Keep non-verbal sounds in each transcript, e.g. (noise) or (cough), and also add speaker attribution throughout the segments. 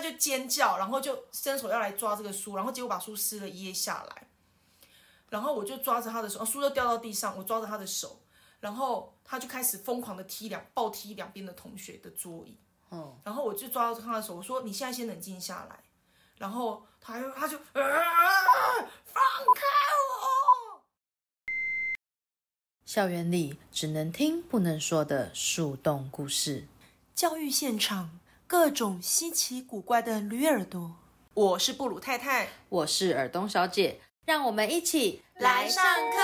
Speaker 1: 就尖叫，然后就伸手要来抓这个书，然后结果把书撕了一页下来。然后我就抓着他的手，哦书就掉到地上，我抓着他的手，然后他就开始疯狂的踢两暴踢两边的同学的桌椅。
Speaker 2: 哦，
Speaker 1: 然后我就抓到他的手，我说：“你现在先冷静下来。”然后他就他就、啊、放开我。
Speaker 2: 校园里只能听不能说的树洞故事。
Speaker 3: 教育现场各种稀奇古怪的驴耳朵。
Speaker 1: 我是布鲁太太，
Speaker 2: 我是尔东小姐，让我们一起
Speaker 3: 来上课。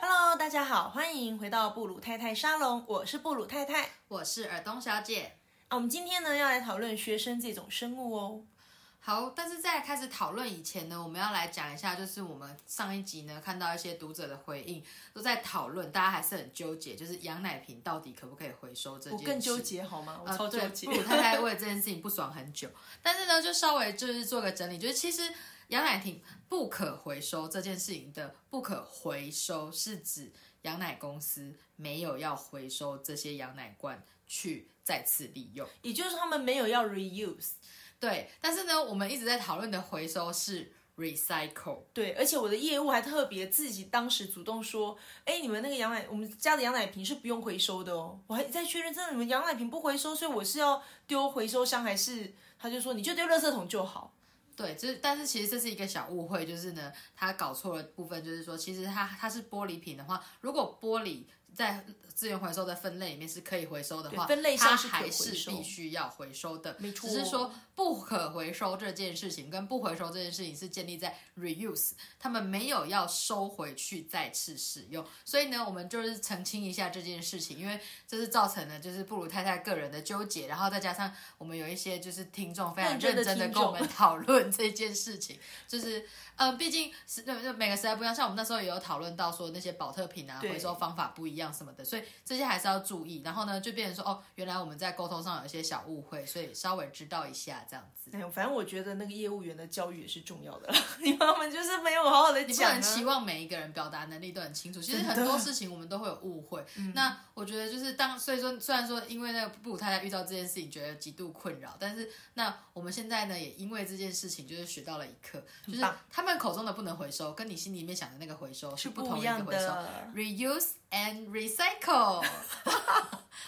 Speaker 1: Hello，大家好，欢迎回到布鲁太太沙龙，我是布鲁太太。
Speaker 2: 我是尔东小姐。
Speaker 1: 啊，我们今天呢要来讨论学生这种生物哦。
Speaker 2: 好，但是在开始讨论以前呢，我们要来讲一下，就是我们上一集呢看到一些读者的回应，都在讨论，大家还是很纠结，就是羊奶瓶到底可不可以回收这件
Speaker 1: 我
Speaker 2: 事。
Speaker 1: 更纠结好吗？我
Speaker 2: 呃，
Speaker 1: 超纠
Speaker 2: 对，
Speaker 1: 结。
Speaker 2: 布鲁太太为了这件事情不爽很久，但是呢，就稍微就是做个整理，就是其实羊奶瓶不可回收这件事情的不可回收，是指羊奶公司没有要回收这些羊奶罐去再次利用。
Speaker 1: 也就是他们没有要 reuse。
Speaker 2: 对，但是呢，我们一直在讨论的回收是 recycle。
Speaker 1: 对，而且我的业务还特别自己当时主动说，哎，你们那个羊奶，我们家的羊奶瓶是不用回收的哦。我还在确认，真的你们羊奶瓶不回收，所以我是要丢回收箱还是？他就说你就丢垃圾桶就好。
Speaker 2: 对，就是，但是其实这是一个小误会，就是呢，他搞错了部分，就是说，其实它它是玻璃瓶的话，如果玻璃在资源回收的分类里面是可以回收的话，
Speaker 1: 对分类
Speaker 2: 它
Speaker 1: 上是可
Speaker 2: 还
Speaker 1: 以
Speaker 2: 是
Speaker 1: 回收
Speaker 2: 必须要回收的，
Speaker 1: 没错
Speaker 2: 只是说不可回收这件事情跟不回收这件事情是建立在 reuse，他们没有要收回去再次使用，所以呢，我们就是澄清一下这件事情，因为这是造成了就是布鲁太太个人的纠结，然后再加上我们有一些就是听众非常
Speaker 1: 认真的
Speaker 2: 认真的
Speaker 1: 听
Speaker 2: 跟
Speaker 1: 众
Speaker 2: 我们讨论这件事情，就是呃，毕竟是就就每个时代不一样，像我们那时候也有讨论到说那些保特瓶啊
Speaker 1: 对
Speaker 2: 回收方法不一样什么的，所以这些还是要注意。然后呢，就变成说哦，原来我们在沟通上有一些小误会，所以稍微知道一下这样子。
Speaker 1: 哎呦，反正我觉得那个业务员的教育也是重要的啦， (laughs) 你妈们就是没有好好的
Speaker 2: 你不能
Speaker 1: 讲
Speaker 2: 期
Speaker 1: 啊。
Speaker 2: 望每一个人表达能力都很清楚，其实
Speaker 1: 真的嗯
Speaker 2: 很多事情我们都会有误
Speaker 1: (laughs)
Speaker 2: 会。那我觉得就是当所以说，虽然说因为那个布鲁太太遇到这件事情觉得极度困扰，但是那我们现在呢也因为这件事情就是学到了一课，就是
Speaker 1: 棒
Speaker 2: 他们口中的不能回收，跟你心里面想的那个回收
Speaker 1: 是
Speaker 2: 不
Speaker 1: 不
Speaker 2: 同
Speaker 1: 一
Speaker 2: 一
Speaker 1: 样
Speaker 2: 个回收。
Speaker 1: 的，
Speaker 2: reuse
Speaker 1: (laughs)
Speaker 2: and recycle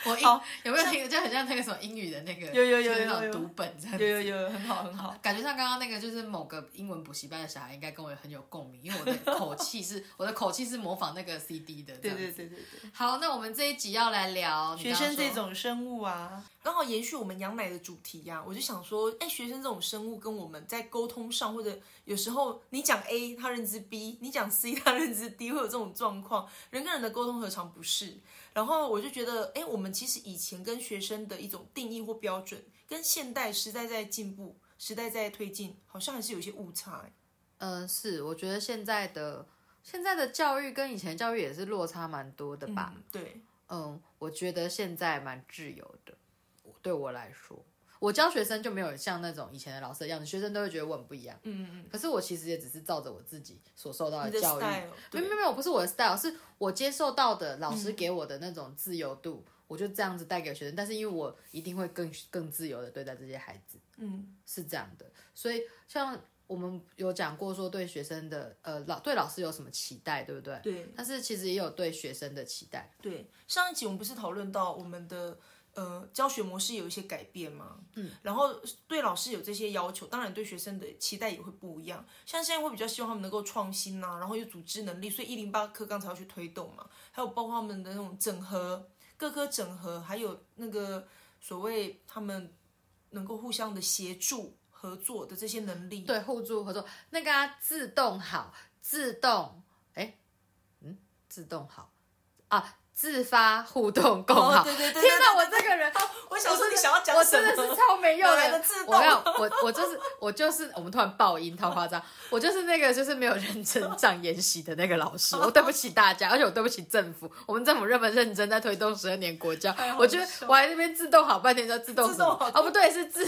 Speaker 2: 我英
Speaker 1: 好
Speaker 2: 有没有听？就很像那个什么英语的那个，
Speaker 1: 有有有
Speaker 2: 就是那
Speaker 1: 有
Speaker 2: 种
Speaker 1: 有
Speaker 2: 读本这样子
Speaker 1: 有有有，很好很好。
Speaker 2: 感觉像刚刚那个，就是某个英文补习班的小孩，应该跟我很有共鸣，因为我的口气是我的口气是模仿那个 (laughs) CD 的。
Speaker 1: 对对。对对对。
Speaker 2: 好，那我们这一集要来聊
Speaker 1: 学生这，种生物啊，刚好延续我们羊奶的主题呀、我就想说，哎，学生这种生物跟我们在沟通上，或者有时候你讲 A，他认知 B；你讲 C，他认知 D，会有这种状况。人跟人的沟通何尝不是？然后我就觉得，哎，我们其实以前跟学生的一种定义或标准，跟现代时代在进步、时代在推进，好像还是有一些误差、哎
Speaker 2: 嗯、是，我觉得现在的现在的教育跟以前教育也是落差蛮多的吧。
Speaker 1: 嗯，对，
Speaker 2: 嗯，我觉得现在蛮自由的，对我来说，我教学生就没有像那种以前的老师的样子，学生都会觉得我很不一样。
Speaker 1: 嗯嗯
Speaker 2: 可是我其实也只是照着我自己所受到
Speaker 1: 嗯，你的
Speaker 2: 教育，
Speaker 1: style，
Speaker 2: 没有
Speaker 1: 对嗯
Speaker 2: 没有没有，不是我的 style，是我接受到的老师给我的那种自由度，我就这样子带给学生。但是因为我一定会更更自由的对待这些孩子，
Speaker 1: 嗯，
Speaker 2: 是这样的。所以像我们有讲过说对学生的呃老对老师有什么期待，对不对？
Speaker 1: 对。
Speaker 2: 但是其实也有对学生的期待，
Speaker 1: 对，上一集我们不是讨论到我们的呃教学模式有一些改变吗？嗯，然后对老师有这些要求，当然对学生的期待也会不一样。像现在会比较希望他们能够创新呐、然后有组织能力，所以一零八课纲才要去推动嘛。还有包括他们的那种整合，各科整合，还有那个所谓他们能够互相的协助合作的这些能力。
Speaker 2: 对互助合作那个、啊、自动好，自动哎，嗯，自动好啊，自发互动共
Speaker 1: 哦，
Speaker 2: 好。
Speaker 1: 对对对对
Speaker 2: (laughs) 天哪，我这个人
Speaker 1: 我想说你想要讲
Speaker 2: 我
Speaker 1: 什
Speaker 2: 真
Speaker 1: 么？
Speaker 2: 的是超没用
Speaker 1: 哪来的自动
Speaker 2: 我要我我就是我就是我们突然爆音，超夸张。我就是那个就是没有
Speaker 1: (laughs)
Speaker 2: 认真上研习的那个老师，我对不起大家，而且我对不起政府。我们政府认不认真在推动十二年国教
Speaker 1: 哎？好
Speaker 2: 我觉得
Speaker 1: 笑
Speaker 2: 我还在那边自动好半天，叫自动什
Speaker 1: 自动好
Speaker 2: 么？哦，不对，是
Speaker 1: (laughs)
Speaker 2: 自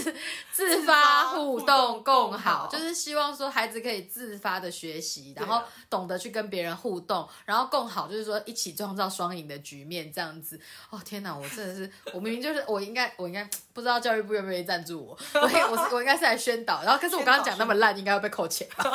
Speaker 2: 自
Speaker 1: 发
Speaker 2: 发互
Speaker 1: 互
Speaker 2: 动
Speaker 1: 动
Speaker 2: 共
Speaker 1: 共
Speaker 2: 好，
Speaker 1: 好
Speaker 2: 就是希望说孩子可以自发的学习，然
Speaker 1: 对啊
Speaker 2: 后懂得去跟别人互动，然后共好就是说一起创造双赢的局面这样子。哦天哪，我真的是，我明明就是我应该我应该不知道教育部愿不愿意赞助我，我应我是我应该是来宣导，然后可是我刚刚讲那么烂，应该要被扣钱吧？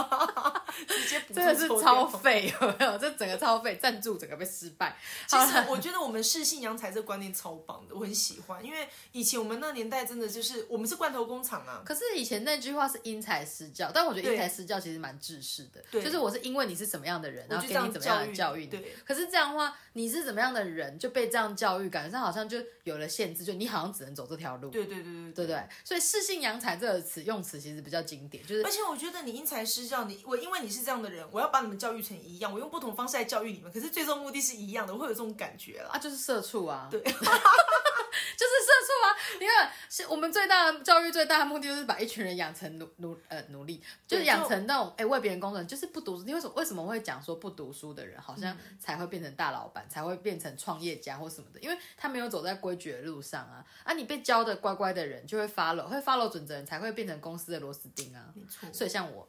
Speaker 1: 直接补助
Speaker 2: 真的是
Speaker 1: 抽掉
Speaker 2: 超费，有没有？这整个超费，赞助整个被失败。
Speaker 1: 其
Speaker 2: 好
Speaker 1: 实
Speaker 2: 了，
Speaker 1: 我觉得我们是信阳才这观念超棒的，我很喜欢，因为以前我们那年代真的就是我们是罐头工厂啊，
Speaker 2: 可是以前那句话是因材施教，但我觉得因
Speaker 1: 对
Speaker 2: 材施教其实蛮制式的，
Speaker 1: 对
Speaker 2: 就是我是因为你是什么样的人，然后
Speaker 1: 就
Speaker 2: 给
Speaker 1: 这
Speaker 2: 你
Speaker 1: 样
Speaker 2: 怎么样的
Speaker 1: 教
Speaker 2: 教
Speaker 1: 育
Speaker 2: 育
Speaker 1: 你
Speaker 2: 你。
Speaker 1: 对
Speaker 2: 可是这样的话，你是怎么样的人就被这样教育，感觉上好像就有了限制，就你好像只能走这条路，
Speaker 1: 对对对对
Speaker 2: 对不对？所以“适性扬才”这个词用词其实比较经典，就是
Speaker 1: 而且我觉得你因材施教，你我因为你是这样的人，我要把你们教育成一样，我用不同方式来教育你们，可是最终目的是一样的，我会有这种感觉啦。
Speaker 2: 啊，就是社畜啊， (laughs)
Speaker 1: 对
Speaker 2: 就是社畜啊。你看，是我们最大的教育最大的目的就是把一群人养成奴奴呃奴隶，就是
Speaker 1: 对
Speaker 2: 养
Speaker 1: 就
Speaker 2: 成那种哎、为别人工作的人，就是不读书。你为什么为什么会讲说不读书的人好像
Speaker 1: 嗯
Speaker 2: 才会变成大老板，才会变成创业家或什么的？因为他没有走在规矩的路上啊。啊，你被教的乖乖的人就会 follow，会 follow 准则的人才会变成公司的螺丝钉啊。
Speaker 1: 没错，
Speaker 2: 所以像我，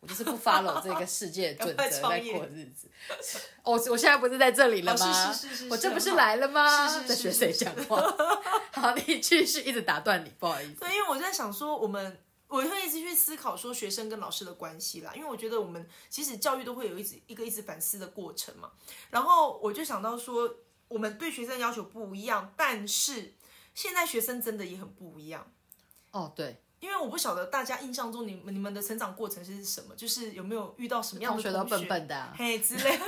Speaker 2: 我就是不 follow 这个世界准则
Speaker 1: (laughs) 赶快
Speaker 2: 在
Speaker 1: 创业
Speaker 2: 过日子。我、哦我现在不是在这里了吗？
Speaker 1: 哦是是是是
Speaker 2: 我这
Speaker 1: 是
Speaker 2: 不是
Speaker 1: 很好
Speaker 2: 来了吗？
Speaker 1: 是是
Speaker 2: 在
Speaker 1: 是
Speaker 2: 学
Speaker 1: 是
Speaker 2: 谁
Speaker 1: 是
Speaker 2: 讲话？ (laughs) 好，你继续，一直打断你，不好意思。
Speaker 1: 对，因为我在想说，我们我会一直去思考说学生跟老师的关系啦，因为我觉得我们其实教育都会有一直一个一直反思的过程嘛。然后我就想到说，我们对学生要求不一样，但是现在学生真的也很不一样。
Speaker 2: 哦，对，
Speaker 1: 因为我不晓得大家印象中你们你们的成长过程是什么，就是有没有遇到什么样
Speaker 2: 同
Speaker 1: 的
Speaker 2: 学
Speaker 1: 同
Speaker 2: 都笨笨
Speaker 1: (laughs)
Speaker 2: 的、啊。
Speaker 1: 嘿之类的。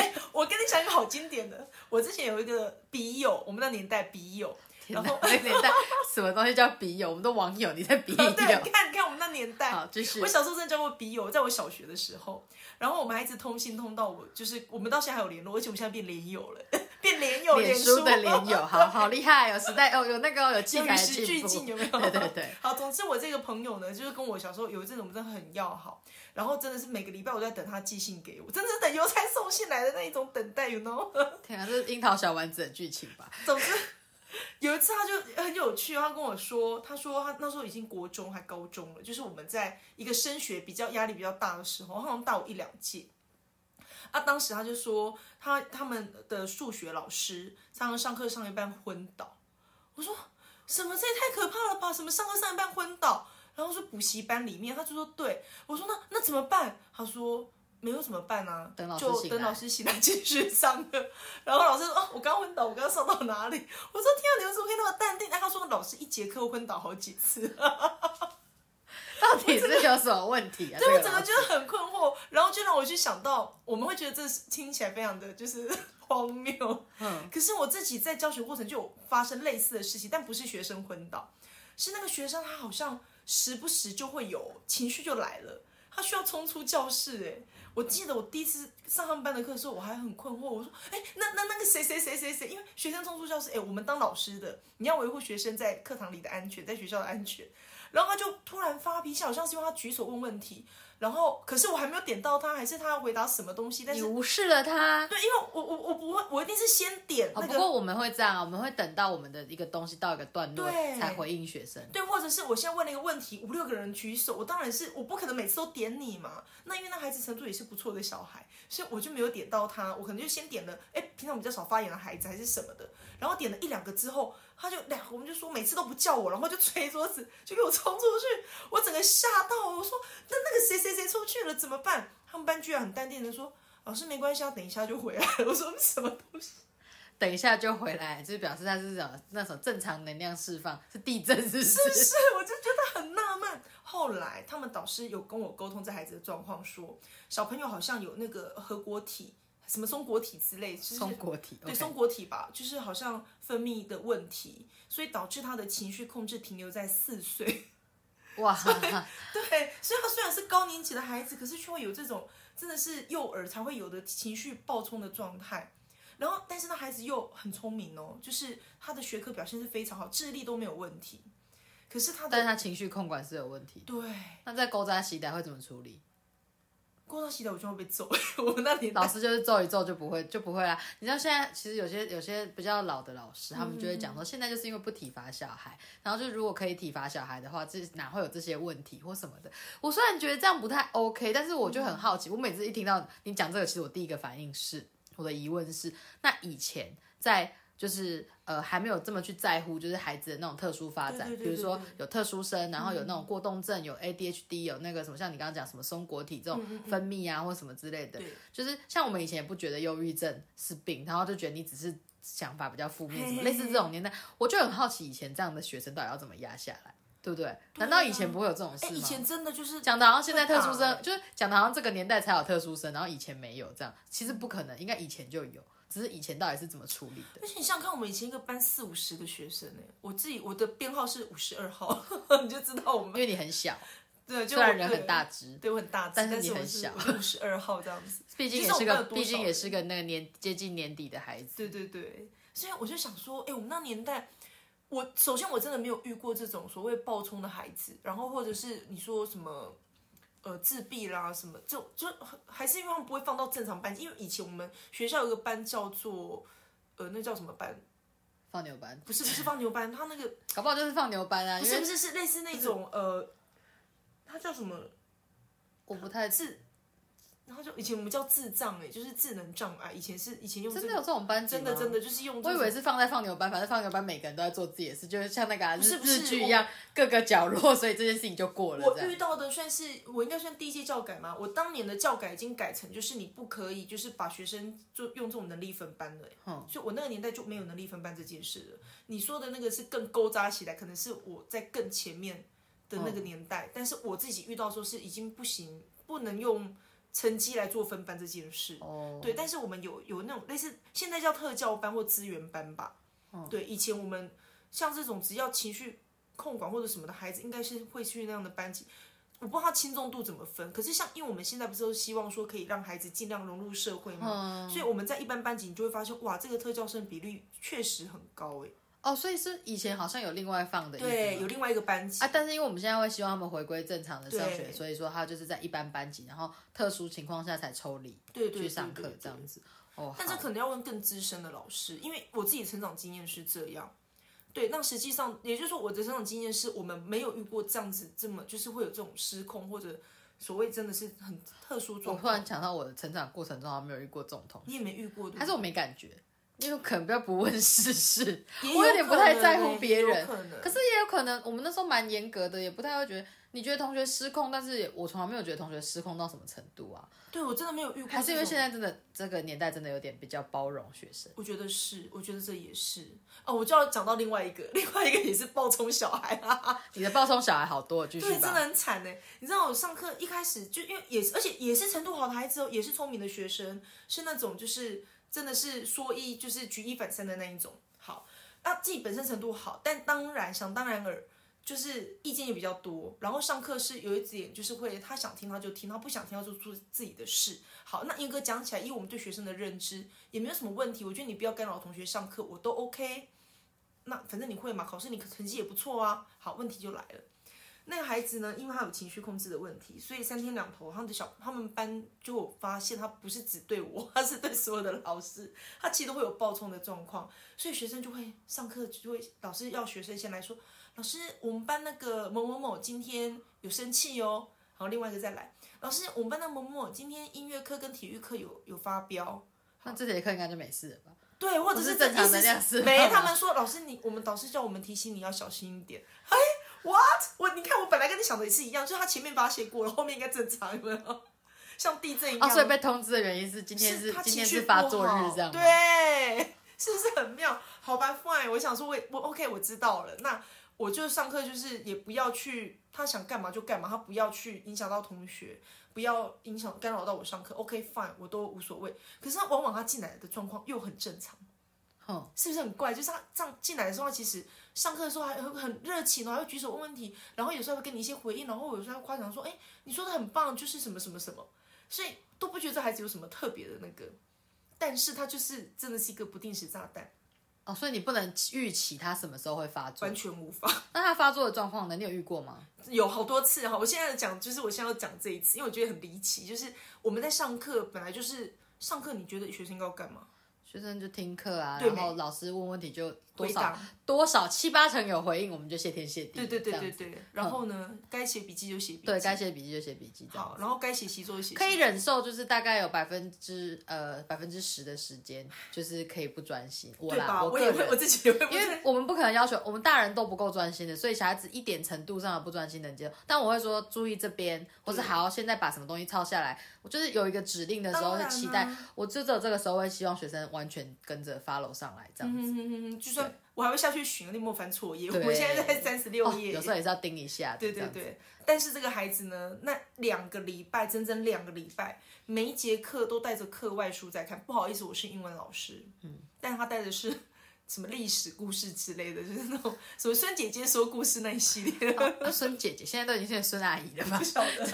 Speaker 1: 哎、我跟你讲一个好经典的，我之前有一个笔友，我们那年代笔友，
Speaker 2: 天
Speaker 1: 然
Speaker 2: 哪
Speaker 1: 后，
Speaker 2: 那个年代什么东西叫笔友？我们都网友，你在笔
Speaker 1: 哦对，
Speaker 2: 友
Speaker 1: 你。看你看我们那年代，
Speaker 2: 好，继续
Speaker 1: 我。小时候真的交过笔友，在我小学的时候，然后我们还一直通信通到我，就是我们到现在还有联络，而且我们现在变连友了，变连友，
Speaker 2: 脸
Speaker 1: 书
Speaker 2: 书的连友，好好厉害哦！时代哦，有那个哦有技
Speaker 1: 有
Speaker 2: 改
Speaker 1: 与
Speaker 2: 的
Speaker 1: 时俱进，
Speaker 2: 进步， (laughs)
Speaker 1: 有没有？
Speaker 2: 对对对。
Speaker 1: 好，总之我这个朋友呢，就是跟我小时候有一阵子我们真的很要好，然后真的是每个礼拜我都在等他寄信给我，真的是等邮差送信来的那一种等待，you know。 (laughs)
Speaker 2: 天啊，这是樱桃小丸子的剧情吧？
Speaker 1: 总之，有一次他就很有趣，他跟我说，他说他那时候已经国中还高中了，就是我们在一个升学比较压力比较大的时候，他好像大我一两届。啊，当时他就说他他们的数学老师常常上课上一半昏倒。我说什么？这也太可怕了吧！什么上课上一半昏倒？然后说补习班里面，他就说对。我说那那怎么办？他说没有怎么办啊，
Speaker 2: 等老师
Speaker 1: 就
Speaker 2: 醒
Speaker 1: 等
Speaker 2: 来
Speaker 1: 老师醒来继续上课。然后老师说：“哦，我刚刚昏倒，我刚刚上到哪里？”我说：“天啊，你们怎么可以那么淡定？”哎，他说：“老师一节课昏倒好几次。”
Speaker 2: 到底是有什么问题啊？
Speaker 1: 对
Speaker 2: 这
Speaker 1: 我
Speaker 2: 个
Speaker 1: 整
Speaker 2: 老
Speaker 1: 个
Speaker 2: 师
Speaker 1: 觉得很困惑，然后就让我去想到，我们会觉得这是听起来非常的就是 (laughs) 荒谬。
Speaker 2: 嗯，
Speaker 1: 可是我自己在教学过程就有发生类似的事情，但不是学生昏倒，是那个学生他好像时不时就会有情绪就来了，他需要冲出教室。哎，我记得我第一次上他们班的课的时候，我还很困惑，我说，哎，那那那个谁谁谁谁谁，因为学生冲出教室，哎，我们当老师的，你要维护学生在课堂里的安全，在学校的安全。然后他就突然发脾气，好像是因为他举手问问题，然后可是我还没有点到他，还是他要回答什么东西，但
Speaker 2: 你
Speaker 1: 是
Speaker 2: 无视了他。
Speaker 1: 对，因为我我我不会，我一定是先点
Speaker 2: 哦，
Speaker 1: 那
Speaker 2: 不
Speaker 1: 个
Speaker 2: 过我们会这样啊，我们会等到我们的一个东西到一个段落
Speaker 1: 对
Speaker 2: 才回应学生。
Speaker 1: 对，或者是我现在问了一个问题，五六个人举手，我当然是我不可能每次都点你嘛。那因为那孩子程度也是不错的小孩，所以我就没有点到他，我可能就先点了，哎，平常比较少发言的孩子还是什么的，然后点了一两个之后，他就两，我们就说每次都不叫我，然后就捶桌子，就给我冲出去，我整个吓到，我说那那个谁谁谁出去了怎么办？他们班居然很淡定的说。老师没关系啊，等一下就回来了。我 (laughs) 说什么东西？
Speaker 2: 等一下就回来，就是表示他是什么那种正常能量释放，是地震是不是？
Speaker 1: 是，我就觉得很纳闷。后来他们导师有跟我沟通这孩子的状况说，小朋友好像有那个核果体、什么松果体之类，就是
Speaker 2: 松果体，
Speaker 1: 对
Speaker 2: OK
Speaker 1: 松果体吧，就是好像分泌的问题，所以导致他的情绪控制停留在四岁。 (laughs)
Speaker 2: 哇，哈哈
Speaker 1: 对，所以他虽然是高年级的孩子，可是却会有这种真的是幼儿才会有的情绪暴冲的状态。然后，但是那孩子又很聪明哦，就是他的学科表现是非常好，智力都没有问题。可是他
Speaker 2: 但是
Speaker 1: 的
Speaker 2: 他情绪控管是有问题。
Speaker 1: 对，
Speaker 2: 那在勾扎洗歹会怎么处理？
Speaker 1: 过到洗澡我就会被揍。 (laughs) 我们那里
Speaker 2: 老师就是揍一揍就不会就不会啦。你知道现在其实有些有些比较老的老师，他们就会讲说，现在就是因为不体罚小孩，然后就如果可以体罚小孩的话，这哪会有这些问题或什么的。我虽然觉得这样不太 OK，但是我就很好奇，我每次一听到你讲这个，其实我第一个反应是，我的疑问是，那以前在。就是呃，还没有这么去在乎，就是孩子的那种特殊发展，
Speaker 1: 对对对
Speaker 2: 比如说
Speaker 1: 对对嗯
Speaker 2: 有特殊生，然后有那种过动症，有 ADHD，有那个什么，像你刚刚讲什么松果体这种分泌啊，或什么之类
Speaker 1: 嗯
Speaker 2: 的
Speaker 1: 对。
Speaker 2: 就是像我们以前也不觉得忧郁症是病，然后就觉得你只是想法比较负面，什么
Speaker 1: 嘿
Speaker 2: 类似这种年代，我就很好奇以前这样的学生到底要怎么压下来，对不对？难道以前不会有这种事
Speaker 1: 啊哎，
Speaker 2: 吗？
Speaker 1: 以前真的就是
Speaker 2: 讲的好像现在特殊
Speaker 1: 会欸打
Speaker 2: 生，就是讲的好像这个年代才有特殊生，然后以前没有这样，其实不可能，应该以前就有，只是以前到底是怎么处理的？
Speaker 1: 而且你想想看，我们以前一个班四五十个学生呢，欸我自己我的编号是五十二号， (laughs) 你就知道我
Speaker 2: 因
Speaker 1: 们
Speaker 2: 为你很小，
Speaker 1: 对，就
Speaker 2: 虽然
Speaker 1: 我
Speaker 2: 人
Speaker 1: 对
Speaker 2: 很大只，
Speaker 1: 对我很大只，
Speaker 2: 但
Speaker 1: 但
Speaker 2: 是你
Speaker 1: 我
Speaker 2: 很小
Speaker 1: 是五十二号这样子。
Speaker 2: 毕竟
Speaker 1: 其
Speaker 2: 也
Speaker 1: 实我
Speaker 2: 是
Speaker 1: 们
Speaker 2: 个，
Speaker 1: 班有多
Speaker 2: 毕竟
Speaker 1: 少
Speaker 2: 也
Speaker 1: 人
Speaker 2: 是个那个年接近年底的孩子，
Speaker 1: 对对对，所以我就想说，哎、我们那年代，我首先我真的没有遇过这种所谓暴冲的孩子，然后或者是你说什么。呃，自闭啦，什么就就还是因为他们不会放到正常班级，因为以前我们学校有个班叫做，呃，那叫什么班？
Speaker 2: 放牛班，
Speaker 1: 不是不是放牛班，他那个
Speaker 2: 搞不好就是放牛班啊，
Speaker 1: 不
Speaker 2: 因
Speaker 1: 是
Speaker 2: 为
Speaker 1: 不是是类似那种呃，他叫什么？
Speaker 2: 我不太
Speaker 1: 智，然后就以前我们叫智障哎、就是智能障碍，以前是以前用这
Speaker 2: 真
Speaker 1: 个
Speaker 2: 的有这种班级
Speaker 1: 真的
Speaker 2: 吗
Speaker 1: 真的就是用这
Speaker 2: 我以
Speaker 1: 种，
Speaker 2: 为是放在放牛班，反正放牛班每个人都在做自己的事，就是像那个啊、日
Speaker 1: 是不是
Speaker 2: 日剧一样，各个角落， (laughs) 所以这件事情就过了
Speaker 1: 我
Speaker 2: 这样
Speaker 1: 遇。到的算是我应该算第一届教改嘛，我当年的教改已经改成就是你不可以就是把学生就用这种能力分班了、欸，
Speaker 2: 嗯
Speaker 1: 所以我那个年代就没有能力分班这件事了。你说的那个是更勾扎起来，可能是我在更前面的那个年
Speaker 2: 嗯
Speaker 1: 代，但是我自己遇到说是已经不行，不能用成绩来做分班这件事。
Speaker 2: 哦，
Speaker 1: 对，但是我们有有那种类似现在叫特教班或资源班吧。对，以前我们像这种只要情绪控管或者什么的孩子，应该是会去那样的班级。我不知道它轻重度怎么分，可是像因为我们现在不是都希望说可以让孩子尽量融入社会嘛，所以我们在一般班级你就会发现，哇，这个特教生比率确实很高诶、
Speaker 2: 哦，所以是以前好像有另外放的意思吗，
Speaker 1: 对，有另外一个班级，
Speaker 2: 啊，但是因为我们现在会希望他们回归正常的上学，
Speaker 1: 对
Speaker 2: 所以说他就是在一般班级，然后特殊情况下才抽离
Speaker 1: 对对
Speaker 2: 去
Speaker 1: 对
Speaker 2: 上
Speaker 1: 对
Speaker 2: 课
Speaker 1: 对
Speaker 2: 这样子。哦，
Speaker 1: 但这
Speaker 2: 好
Speaker 1: 可能要问更资深的老师，因为我自己成长经验是这样。对，那实际上也就是说，我的成长经验是我们没有遇过这样子，这么就是会有这种失控或者所谓真的是很特殊
Speaker 2: 我
Speaker 1: 状
Speaker 2: 突
Speaker 1: 况，
Speaker 2: 然想到我的成长过程中好像没有遇过这种同学，
Speaker 1: 你也没遇过，对不对
Speaker 2: 还是我没感觉，因为可能比较不问世事。
Speaker 1: (laughs) 也
Speaker 2: 我有点
Speaker 1: 可
Speaker 2: 不太
Speaker 1: 能
Speaker 2: 在
Speaker 1: 欸
Speaker 2: 乎别
Speaker 1: 也有
Speaker 2: 人
Speaker 1: 可能
Speaker 2: 可是也有可能，我们那时候蛮严格的，也不太会觉得。你觉得同学失控，但是也我从来没有觉得同学失控到什么程度啊？
Speaker 1: 对我真的没有遇过，
Speaker 2: 还是因为现
Speaker 1: 在。
Speaker 2: 在真的这个年代真的有点比较包容学生。
Speaker 1: 我觉得是，我觉得这也是哦。我就要讲到另外一个， (laughs) 另外一个也是暴冲小孩啊，
Speaker 2: 你的暴冲小孩好多，继续
Speaker 1: 对，真的
Speaker 2: 吧。
Speaker 1: 很惨呢。你知道我上课一开始就因为也是，而且也是程度好的孩子哦，也是聪明的学生，是那种就是真的是说一就是举一反三的那一种。好，那自己本身程度好，但当然想当然尔。就是意见也比较多，然后上课是有一点，就是会他想听他就听，他不想听他就做自己的事。好，那严格讲起来，以我们对学生的认知也没有什么问题，我觉得你不要干扰同学上课，我都 OK。那反正你会嘛，考试你成绩也不错啊。好，问题就来了。那个孩子呢，因为他有情绪控制的问题，所以三天两头，他们的小他们班就有发现，他不是只对我， (laughs) 他是对所有的老师，他其实都会有暴冲的状况，所以学生就会上课就会老师要学生先来说，老师，我们班那个某某某今天有生气哦，然后另外一个再来，老师，我们班那某某某今天音乐课跟体育课有有发飙，
Speaker 2: 那这节课应该就没事了吧？
Speaker 1: 对，或者
Speaker 2: 是
Speaker 1: 是
Speaker 2: 正常
Speaker 1: 意思
Speaker 2: 能量释放
Speaker 1: 没，
Speaker 2: 吗
Speaker 1: 他们说老师你，我们导师叫我们提醒你要小心一点。哎，what？我你看我本来跟你想的也是一样，就是他前面把它写过了，后面应该正常，有没有？像地震一样。
Speaker 2: 啊，所以被通知的原因是今天
Speaker 1: 是他
Speaker 2: 今
Speaker 1: 情
Speaker 2: 天
Speaker 1: 绪
Speaker 2: 是
Speaker 1: 不
Speaker 2: 发作日
Speaker 1: 好
Speaker 2: 这样吗？
Speaker 1: 对，是不是很妙？好吧，fine。我想说我，我 OK，我知道了。那我就上课就是也不要去，他想干嘛就干嘛，他不要去影响到同学，不要影响干扰到我上课。OK，fine，、我都无所谓。可是他往往他进来的状况又很正常。
Speaker 2: 哼
Speaker 1: 哦是不是很怪？就是他这样进来的时候，他其实上课的时候还很很哎热情，然后还会举手问问题，然后有时候还会给你一些回应，然后我有时候还夸奖说：“哎，你说的很棒，就是什么什么什么。”所以都不觉得这孩子有什么特别的那个。但是它就是真的是一个不定时炸弹，
Speaker 2: 哦，所以你不能预期它什么时候会发作
Speaker 1: 完。全无法。
Speaker 2: 那它发作的状况呢？你有遇过吗？
Speaker 1: 有好多次哈，我现在讲就是我现在要讲这一次，因为我觉得很离奇，就是我们在上课本来就是上课，你觉得学生应该要干嘛？
Speaker 2: 学生就听课啊，
Speaker 1: 对
Speaker 2: 然后老师问问题就多
Speaker 1: 回
Speaker 2: 少
Speaker 1: 答。
Speaker 2: 多少七八成有回应，我们就谢天谢地。
Speaker 1: 对对对
Speaker 2: 这样
Speaker 1: 对
Speaker 2: 子
Speaker 1: 对。然后呢，该写笔记就写笔记，
Speaker 2: 对，该写笔记就写笔记。这样
Speaker 1: 好，然后该写习作就写习作。
Speaker 2: 可以忍受，就是大概有百分之呃百分之十的时间，就是可以不专心。我
Speaker 1: 对
Speaker 2: 啦，
Speaker 1: 吧？
Speaker 2: 我
Speaker 1: 啊我
Speaker 2: 个
Speaker 1: 也会，我
Speaker 2: 人。
Speaker 1: 自己也会，
Speaker 2: 因为我们不可能要求我们大人都不够专心的，所以小孩子一点程度上的不专心能接受。但我会说注意这边，或是好，现在把什么东西抄下来。我就是有一个指令的时候
Speaker 1: 当然
Speaker 2: 是
Speaker 1: 啊
Speaker 2: 期待，我就只有这个时候会希望学生完全跟着 follow 上来这样子。
Speaker 1: 嗯，就算我还会下去寻，你莫翻错页。我
Speaker 2: 对
Speaker 1: 们现在在三十六
Speaker 2: 哦
Speaker 1: 页
Speaker 2: 有，时候也是要盯一下的。
Speaker 1: 对
Speaker 2: 这
Speaker 1: 对
Speaker 2: 样子，
Speaker 1: 对。但是这个孩子呢，那两个礼拜，整整两个礼拜，每一节课都带着课外书在看。不好意思，我是英文老师，嗯，但他带的是 (laughs) 什么历史故事之类的，就是那种什么孙姐姐说故事那一系 (laughs) 列的，
Speaker 2: 那哦孙姐姐现在都已经是孙阿姨了吧？
Speaker 1: 不晓
Speaker 2: (laughs)
Speaker 1: 得。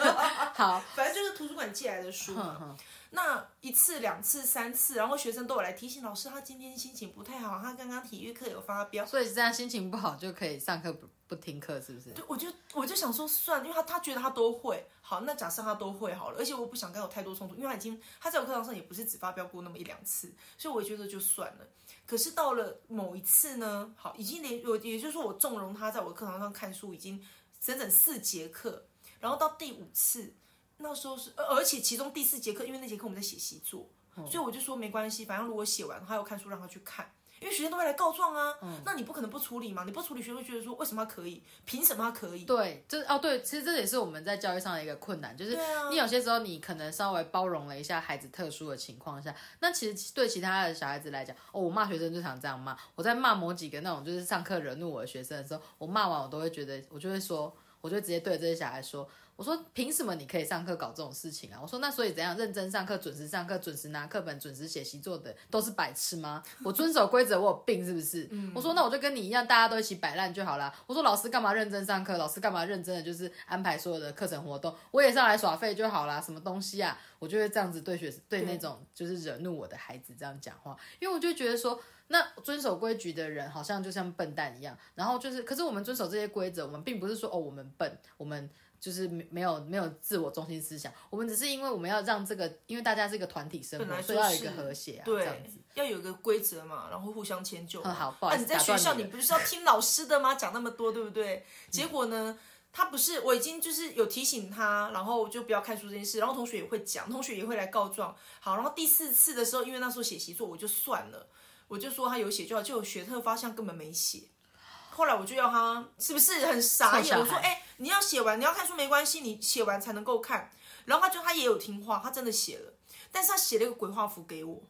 Speaker 2: 好，
Speaker 1: 反正就是图书馆借来的书嘛。那一次、两次、三次，然后学生都有来提醒老师，他今天心情不太好，他刚刚体育课有发飙，
Speaker 2: 所以这样心情不好就可以上课不不听课，是不是？
Speaker 1: 对，我就我就想说算了，因为他他觉得他都会，好，那假设他都会好了，而且我不想跟他有太多冲突，因为他已经他在我课堂上也不是只发飙过那么一两次，所以我觉得就算了。可是到了某一次呢，好，已经连我也就是说我纵容他在我课堂上看书已经整整四节课，然后到第五次，那时候是，呃而且其中第四节课，因为那节课我们在写习作，所以我就说没关系，反正如果写完他要看书让他去看。因为学生都会来告状啊，那你不可能不处理嘛，你不处理，学生会觉得说为什么他可以，凭什么他可以？
Speaker 2: 对，这哦对，其实这也是我们在教育上的一个困难，就是
Speaker 1: 啊
Speaker 2: 你有些时候你可能稍微包容了一下孩子特殊的情况下，那其实对其他的小孩子来讲，哦，我骂学生就常这样骂，我在骂某几个那种就是上课惹怒我的学生的时候，我骂完我都会觉得，我就会说，我就会直接对这些小孩说。我说凭什么你可以上课搞这种事情啊？我说那所以怎样认真上课、准时上课、准时拿课本、准时写习作的都是白痴吗？我遵守规则，我有病是不是？我说那我就跟你一样，大家都一起摆烂就好啦。我说老师干嘛认真上课？老师干嘛认真的就是安排所有的课程活动？我也上来耍废就好啦，什么东西啊？我就会这样子对学对那种就是惹怒我的孩子这样讲话，因为我就觉得说。那遵守规矩的人好像就像笨蛋一样，然后就是，可是我们遵守这些规则，我们并不是说哦我们笨，我们就是没没有没有自我中心思想，我们只是因为我们要让这个，因为大家是一个团体生
Speaker 1: 本
Speaker 2: 活，
Speaker 1: 来
Speaker 2: 所
Speaker 1: 就
Speaker 2: 以要有一个
Speaker 1: 是
Speaker 2: 和谐啊，这样
Speaker 1: 对
Speaker 2: 子。，
Speaker 1: 要有一个规则嘛，然后互相迁就嘛。
Speaker 2: 嗯好不好意思
Speaker 1: 啊、你在
Speaker 2: 打
Speaker 1: 学
Speaker 2: 断
Speaker 1: 校
Speaker 2: 你
Speaker 1: 你
Speaker 2: 了嗯
Speaker 1: 不是要听老师的吗？讲那么多，对不对？结果呢，他不是我已经就是有提醒他，然后就不要看书这件事，然后同学也会讲，同学也会来告状。好，然后第四次的时候，因为那时候写习作，我就算了，我就说他有写就好，结果学特发现根本没写。
Speaker 2: 哦
Speaker 1: 后来我就要他，是不是很傻
Speaker 2: 臭小
Speaker 1: 眼？我说，
Speaker 2: 孩
Speaker 1: 哎、你要写完，你要看书没关系，你写完才能够看。然后他就他也有听话，他真的写了，但是他写了一个鬼画符给我，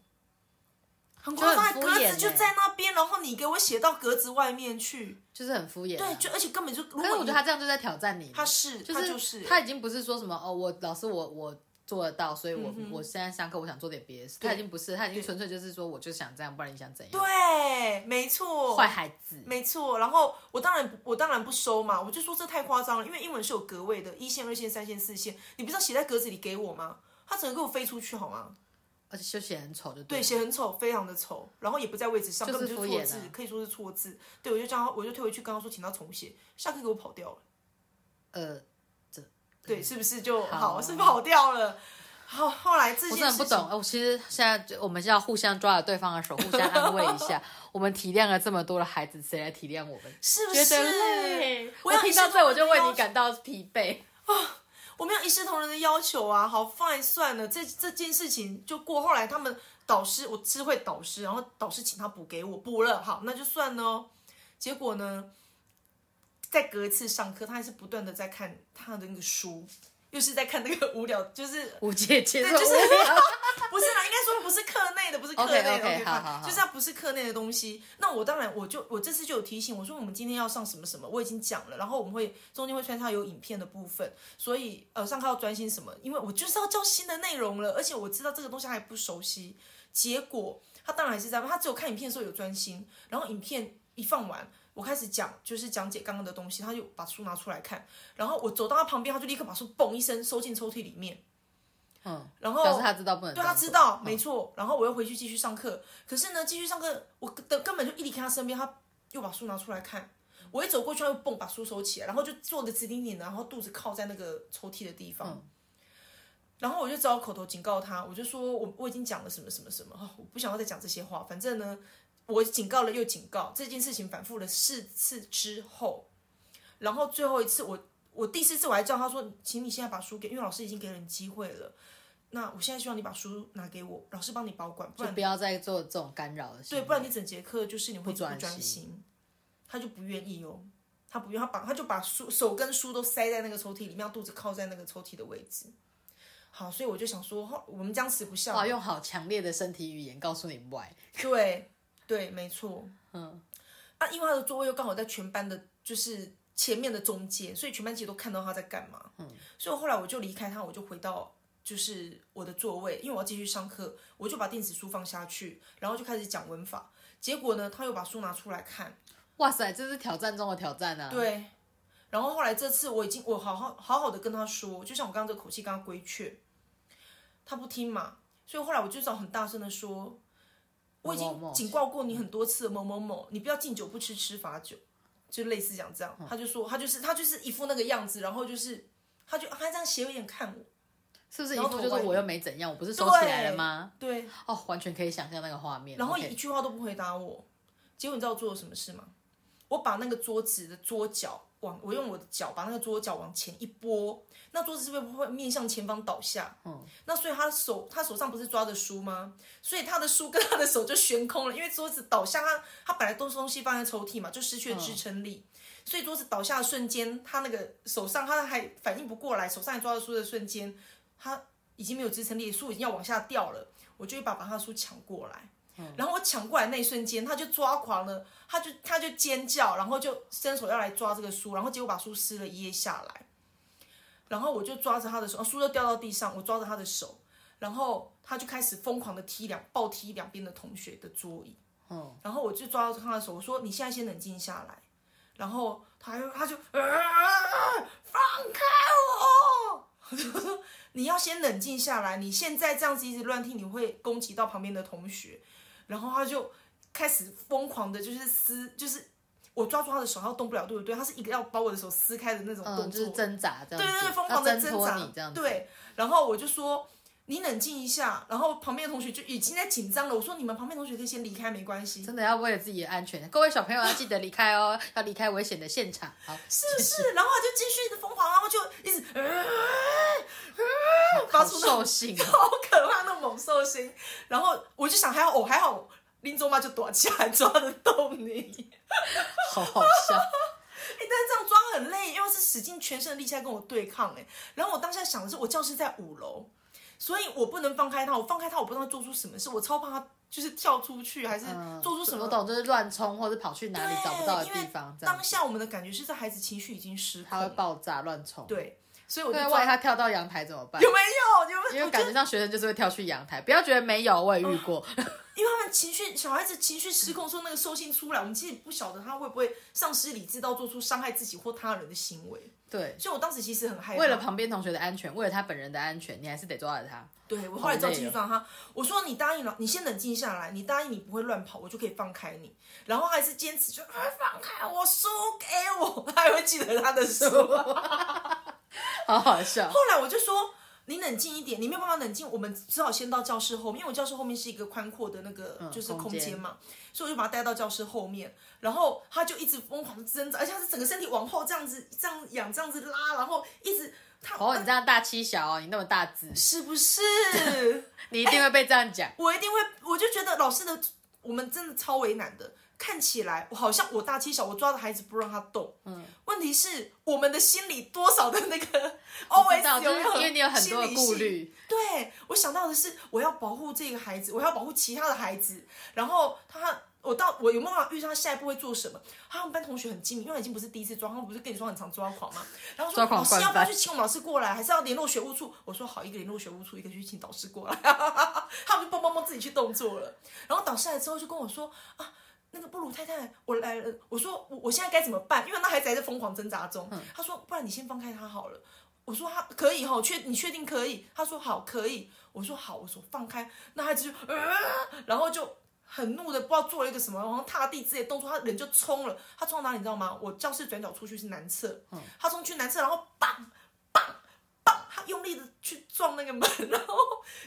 Speaker 1: 很夸张，
Speaker 2: 就很敷
Speaker 1: 格
Speaker 2: 衍
Speaker 1: 子就
Speaker 2: 欸
Speaker 1: 在那边，然后你给我写到格子外面去，
Speaker 2: 就是很敷衍、啊。
Speaker 1: 对，就而且根本就，如果
Speaker 2: 可是我觉得
Speaker 1: 他
Speaker 2: 他这样就在挑战你。
Speaker 1: 他是
Speaker 2: 就
Speaker 1: 他
Speaker 2: 是
Speaker 1: 就是
Speaker 2: 他已经不是说什么哦，我老师我我做得到，所以
Speaker 1: 嗯
Speaker 2: 我、我现在上课我想做点别的事。他已经不是，他已经纯粹就是说我就想这样，不然你想怎样？
Speaker 1: 对，没错，
Speaker 2: 坏孩子。
Speaker 1: 没错，然后我当然不我当然不收嘛，我就说这太夸张了，因为英文是有格位的，一线、二线、三线、四线，你不知道写在格子里给我吗？他整个给我飞出去好吗？
Speaker 2: 而且就写很丑就
Speaker 1: 对，
Speaker 2: 对了。
Speaker 1: 写很丑，非常的丑，然后也不在位置上，
Speaker 2: 就是
Speaker 1: 根本
Speaker 2: 敷
Speaker 1: 就
Speaker 2: 衍
Speaker 1: 错字
Speaker 2: 啊，
Speaker 1: 可以说是错字。对，我就叫他，我就退回去，刚刚说请他重写，下课给我跑掉了。
Speaker 2: 呃，
Speaker 1: 对，是不是就
Speaker 2: 好
Speaker 1: 好？是跑掉了。好，后来这
Speaker 2: 我
Speaker 1: 件
Speaker 2: 真的
Speaker 1: 事
Speaker 2: 不
Speaker 1: 情，
Speaker 2: 懂。呃我其实现在就我们是要互相抓着对方的手，互相安慰
Speaker 1: (laughs)
Speaker 2: 一下。我们体谅了这么多的孩子，谁来体谅我们？
Speaker 1: 是不
Speaker 2: 觉
Speaker 1: 是？
Speaker 2: 得累。
Speaker 1: 我
Speaker 2: 我
Speaker 1: 要
Speaker 2: 听
Speaker 1: 一视
Speaker 2: 到这，我就
Speaker 1: 同仁的
Speaker 2: 为
Speaker 1: 要
Speaker 2: 你
Speaker 1: 求，
Speaker 2: 感到疲惫。
Speaker 1: 我们要一视同仁的要求啊。好，fine，算了，这这件事情就过。后来他们导师，我知会导师，然后导师请他补给我，补了，好，那就算了哦。结果呢，在隔一次上课，他还是不断的在看他的那个书，又是在看那个无聊，就是
Speaker 2: 吴姐姐
Speaker 1: 对
Speaker 2: 说
Speaker 1: 就是
Speaker 2: 我要
Speaker 1: 不是啦，应该说不是课内的，不是课
Speaker 2: OK，OK，
Speaker 1: 内的，OK，
Speaker 2: 好
Speaker 1: 吧
Speaker 2: 好好
Speaker 1: 就是它不是课内的东西。那我当然，我就我这次就有提醒，我说我们今天要上什么什么，我已经讲了，然后我们会中间会穿插有影片的部分，所以呃上课要专心什么，因为我就是要教新的内容了，而且我知道这个东西他还不熟悉，结果他当然还是在，他只有看影片的时候有专心，然后影片一放完。我开始讲，就是讲解刚刚的东西，他就把书拿出来看，然后我走到他旁边，他就立刻把书嘣一声收进抽屉里面。
Speaker 2: 嗯，
Speaker 1: 然后
Speaker 2: 表示他知道不能这
Speaker 1: 对
Speaker 2: 样
Speaker 1: 他
Speaker 2: 做，嗯
Speaker 1: 知道，没错。然后我又回去继续上课，可是呢，继续上课，我根根本就一离开他身边，他又把书拿出来看。我一走过去，他又蹦把书收起来，然后就坐的直挺挺的，然后肚子靠在那个抽屉的地方。
Speaker 2: 嗯
Speaker 1: 然后我就只好口头警告他，我就说我我已经讲了什么什么什么，哦我不想要再讲这些话。反正呢，我警告了又警告，这件事情反复了四次之后，然后最后一次我我第四次我还叫他说，请你现在把书给，因为老师已经给了你机会了。那我现在希望你把书拿给我，老师帮你保管，不
Speaker 2: 就
Speaker 1: 然
Speaker 2: 不要再做这种干扰的事。
Speaker 1: 对，不然你整节课就是你会
Speaker 2: 不
Speaker 1: 一直不
Speaker 2: 专
Speaker 1: 专
Speaker 2: 心
Speaker 1: 心。他就不愿意哦，他不愿，他把他就把书手跟书都塞在那个抽屉里面，让肚子靠在那个抽屉的位置。好，所以我就想说，吼我们僵持不下
Speaker 2: 哇，
Speaker 1: 嘛，
Speaker 2: 用好强烈的身体语言告诉你 why。
Speaker 1: 对对，没错。
Speaker 2: 嗯，
Speaker 1: 啊，因为他的座位又刚好在全班的，就是前面的中间，所以全班其实都看到他在干嘛。嗯，所以后来我就离开他，我就回到就是我的座位，因为我要继续上课，我就把电子书放下去，然后就开始讲文法。结果呢，他又把书拿出来看，
Speaker 2: 哇塞，这是挑战中的挑战啊！，
Speaker 1: 对。然后后来这次我已经我好好好好的跟他说，就像我刚刚这个口气跟他规劝，他不听嘛，所以后来我就找很大声的说，我已
Speaker 2: 某某
Speaker 1: 经
Speaker 2: 某
Speaker 1: 警告过你很多次了，某某某，你不要敬酒不吃吃罚酒，就类似讲这
Speaker 2: 嗯
Speaker 1: 样，他就说他就是他就是一副那个样子，然后就是他就他这样斜眼
Speaker 2: 啊
Speaker 1: 看我，
Speaker 2: 是不是一
Speaker 1: 然后
Speaker 2: 副
Speaker 1: 头
Speaker 2: 就是
Speaker 1: 歪
Speaker 2: 我又没怎样，我不是收起来了吗？
Speaker 1: 对，
Speaker 2: 哦，完全可以想象那个画面。
Speaker 1: 然后
Speaker 2: OK
Speaker 1: 一句话都不回答我。结果你知道我做了什么事吗？我把那个桌子的桌角往，我用我的脚把那个桌角往前一拨，那桌子是不是会面向前方倒下？嗯，那所以他的手，他手上不是抓着书吗？所以他的书跟他的手就悬空了，因为桌子倒下，他他本来都是东西放在抽屉嘛，就失去了支撑力。所以桌子倒下的瞬间，他那个手上他还反应不过来，手上还抓着书的瞬间，他已经没有支撑力，书已经要往下掉了，我就一把把他的书抢过来。然后我抢过来那一瞬间，他就抓狂了，他就他就尖叫，然后就伸手要来抓这个书，然后结果把书撕了一页下来，然后我就抓着他的手，啊书就掉到地上，我抓着他的手，然后他就开始疯狂的踢两暴踢两边的同学的桌椅，嗯，然后我就抓着他的手，我说你现在先冷静下来，然后他又他就、呃、放开我，我就说你要先冷静下来，你现在这样子一直乱踢，你会攻击到旁边的同学。然后他就开始疯狂的，就是撕，就是我抓住他的手，他动不了，对不对？他是一个要把我的手撕开的那种动作，
Speaker 2: 嗯，就是挣扎这样子，
Speaker 1: 对对对，疯
Speaker 2: 要
Speaker 1: 狂的
Speaker 2: 挣
Speaker 1: 挣
Speaker 2: 脱
Speaker 1: 扎
Speaker 2: 你这样子，
Speaker 1: 对，然后我就说你冷静一下，然后旁边的同学就已经在紧张了。我说你们旁边同学可以先离开，没关系。
Speaker 2: 真的要为了自己的安全，各位小朋友要记得离开哦， (laughs) 要离开危险的现场。好，
Speaker 1: 是不
Speaker 2: (laughs)
Speaker 1: 是？然后他就继续的疯狂，然后就一直呃呃，发
Speaker 2: 好
Speaker 1: 出那种
Speaker 2: 兽性
Speaker 1: (laughs)
Speaker 2: 哦，
Speaker 1: 好可怕那种猛兽心。然后我就想还好，我、还好，林卓妈就躲起来抓得动
Speaker 2: (laughs)
Speaker 1: 你。
Speaker 2: 好好
Speaker 1: (laughs)
Speaker 2: 笑。
Speaker 1: 欸但是这样装很累，因为是使尽全身的力气在跟我对抗、欸，然后我当下想的是，我教室在五楼，所以我不能放开他，我放开他，我不知道他做出什么事，我超怕他就是跳出去，还是
Speaker 2: 嗯
Speaker 1: 做出什么。
Speaker 2: 我懂，就是乱冲或者跑去哪里找不到的
Speaker 1: 对
Speaker 2: 地
Speaker 1: 因为
Speaker 2: 方，这样
Speaker 1: 当下我们的感觉是这孩子情绪已经失控
Speaker 2: 他会
Speaker 1: 了，
Speaker 2: 爆炸乱冲。，
Speaker 1: 对，所以我就
Speaker 2: 对，
Speaker 1: 抓
Speaker 2: 万一他跳到阳台怎么办？
Speaker 1: 有没有？有没有？
Speaker 2: 因为感觉上学生就是会跳去阳台，不要觉得没有，我也遇过。
Speaker 1: 因为他们情绪小孩子情绪失控，说那个兽性出来，我们其实不晓得他会不会丧失理智到做出伤害自己或他人的行为，
Speaker 2: 对，
Speaker 1: 所以我当时其实很害怕。
Speaker 2: 为了旁边同学的安全，为了他本人的安全，你还是得抓着他。
Speaker 1: 对我后来照
Speaker 2: 累
Speaker 1: 进
Speaker 2: 了
Speaker 1: 去抓他，我说你答应了，你先冷静下来，你答应你不会乱跑，我就可以放开你。然后还是坚持就，啊放开我书给我， (laughs) 他还会记得他的书。后
Speaker 2: 好好笑。
Speaker 1: 来我就说你冷静一点，你没有办法冷静，我们只好先到教室后面，因为我教室后面是一个宽阔的那个、就是
Speaker 2: 嗯空
Speaker 1: 空
Speaker 2: 间
Speaker 1: 间嘛，所以我就把他带到教室后面，然后他就一直疯狂的挣扎，而且他是整个身体往后这样子这样仰这样子拉，然后一直他、
Speaker 2: 哦，你这样大欺小哦，你那么
Speaker 1: (laughs)
Speaker 2: 大只，
Speaker 1: 是不
Speaker 2: (laughs)
Speaker 1: 是？
Speaker 2: 你一定会被这样讲。
Speaker 1: 我一定会，我就觉得老师的我们真的超为难的。看起来我好像我大欺小，我抓着孩子不让他动。嗯，问题是我们的心里多少的那个
Speaker 2: 知道
Speaker 1: always
Speaker 2: 就
Speaker 1: 有
Speaker 2: 是
Speaker 1: 没有
Speaker 2: 因为你有很多的
Speaker 1: 心理
Speaker 2: 顾
Speaker 1: 性。
Speaker 2: 虑，
Speaker 1: 对我想到的是，我要保护这个孩子，我要保护其他的孩子。然后他，我到我有没有办法预测他下一步会做什么？他们班同学很精明，因为已经不是第一次抓，他们不是跟你说很常抓狂吗？然后说
Speaker 2: 抓狂
Speaker 1: 老师
Speaker 2: 惯
Speaker 1: 要不要
Speaker 2: 犯
Speaker 1: 去请我们老师过来，还是要联络学务处？我说好，一个联络学务处，一个去请导师过来。 (laughs) 他们就蹦蹦蹦自己去动作了。然后导师来之后就跟我说啊。那个布鲁太太，我来了。
Speaker 2: 嗯
Speaker 1: 我说我我现在该怎么办？因为那孩子还在疯狂挣扎中。他说，不然你先放开他好了。我我说他可以哈，确你确定可以？他说好可以。我说好，我说放开，那他就呃，然后就很怒的不知道做了一个什么，然后踏地之类的动作，他人就冲了。他冲到哪里你知道吗？我教室转角出去是南侧，
Speaker 2: 嗯
Speaker 1: 他冲去南侧，然后棒棒棒，他用力的去撞那个门， (laughs) 然后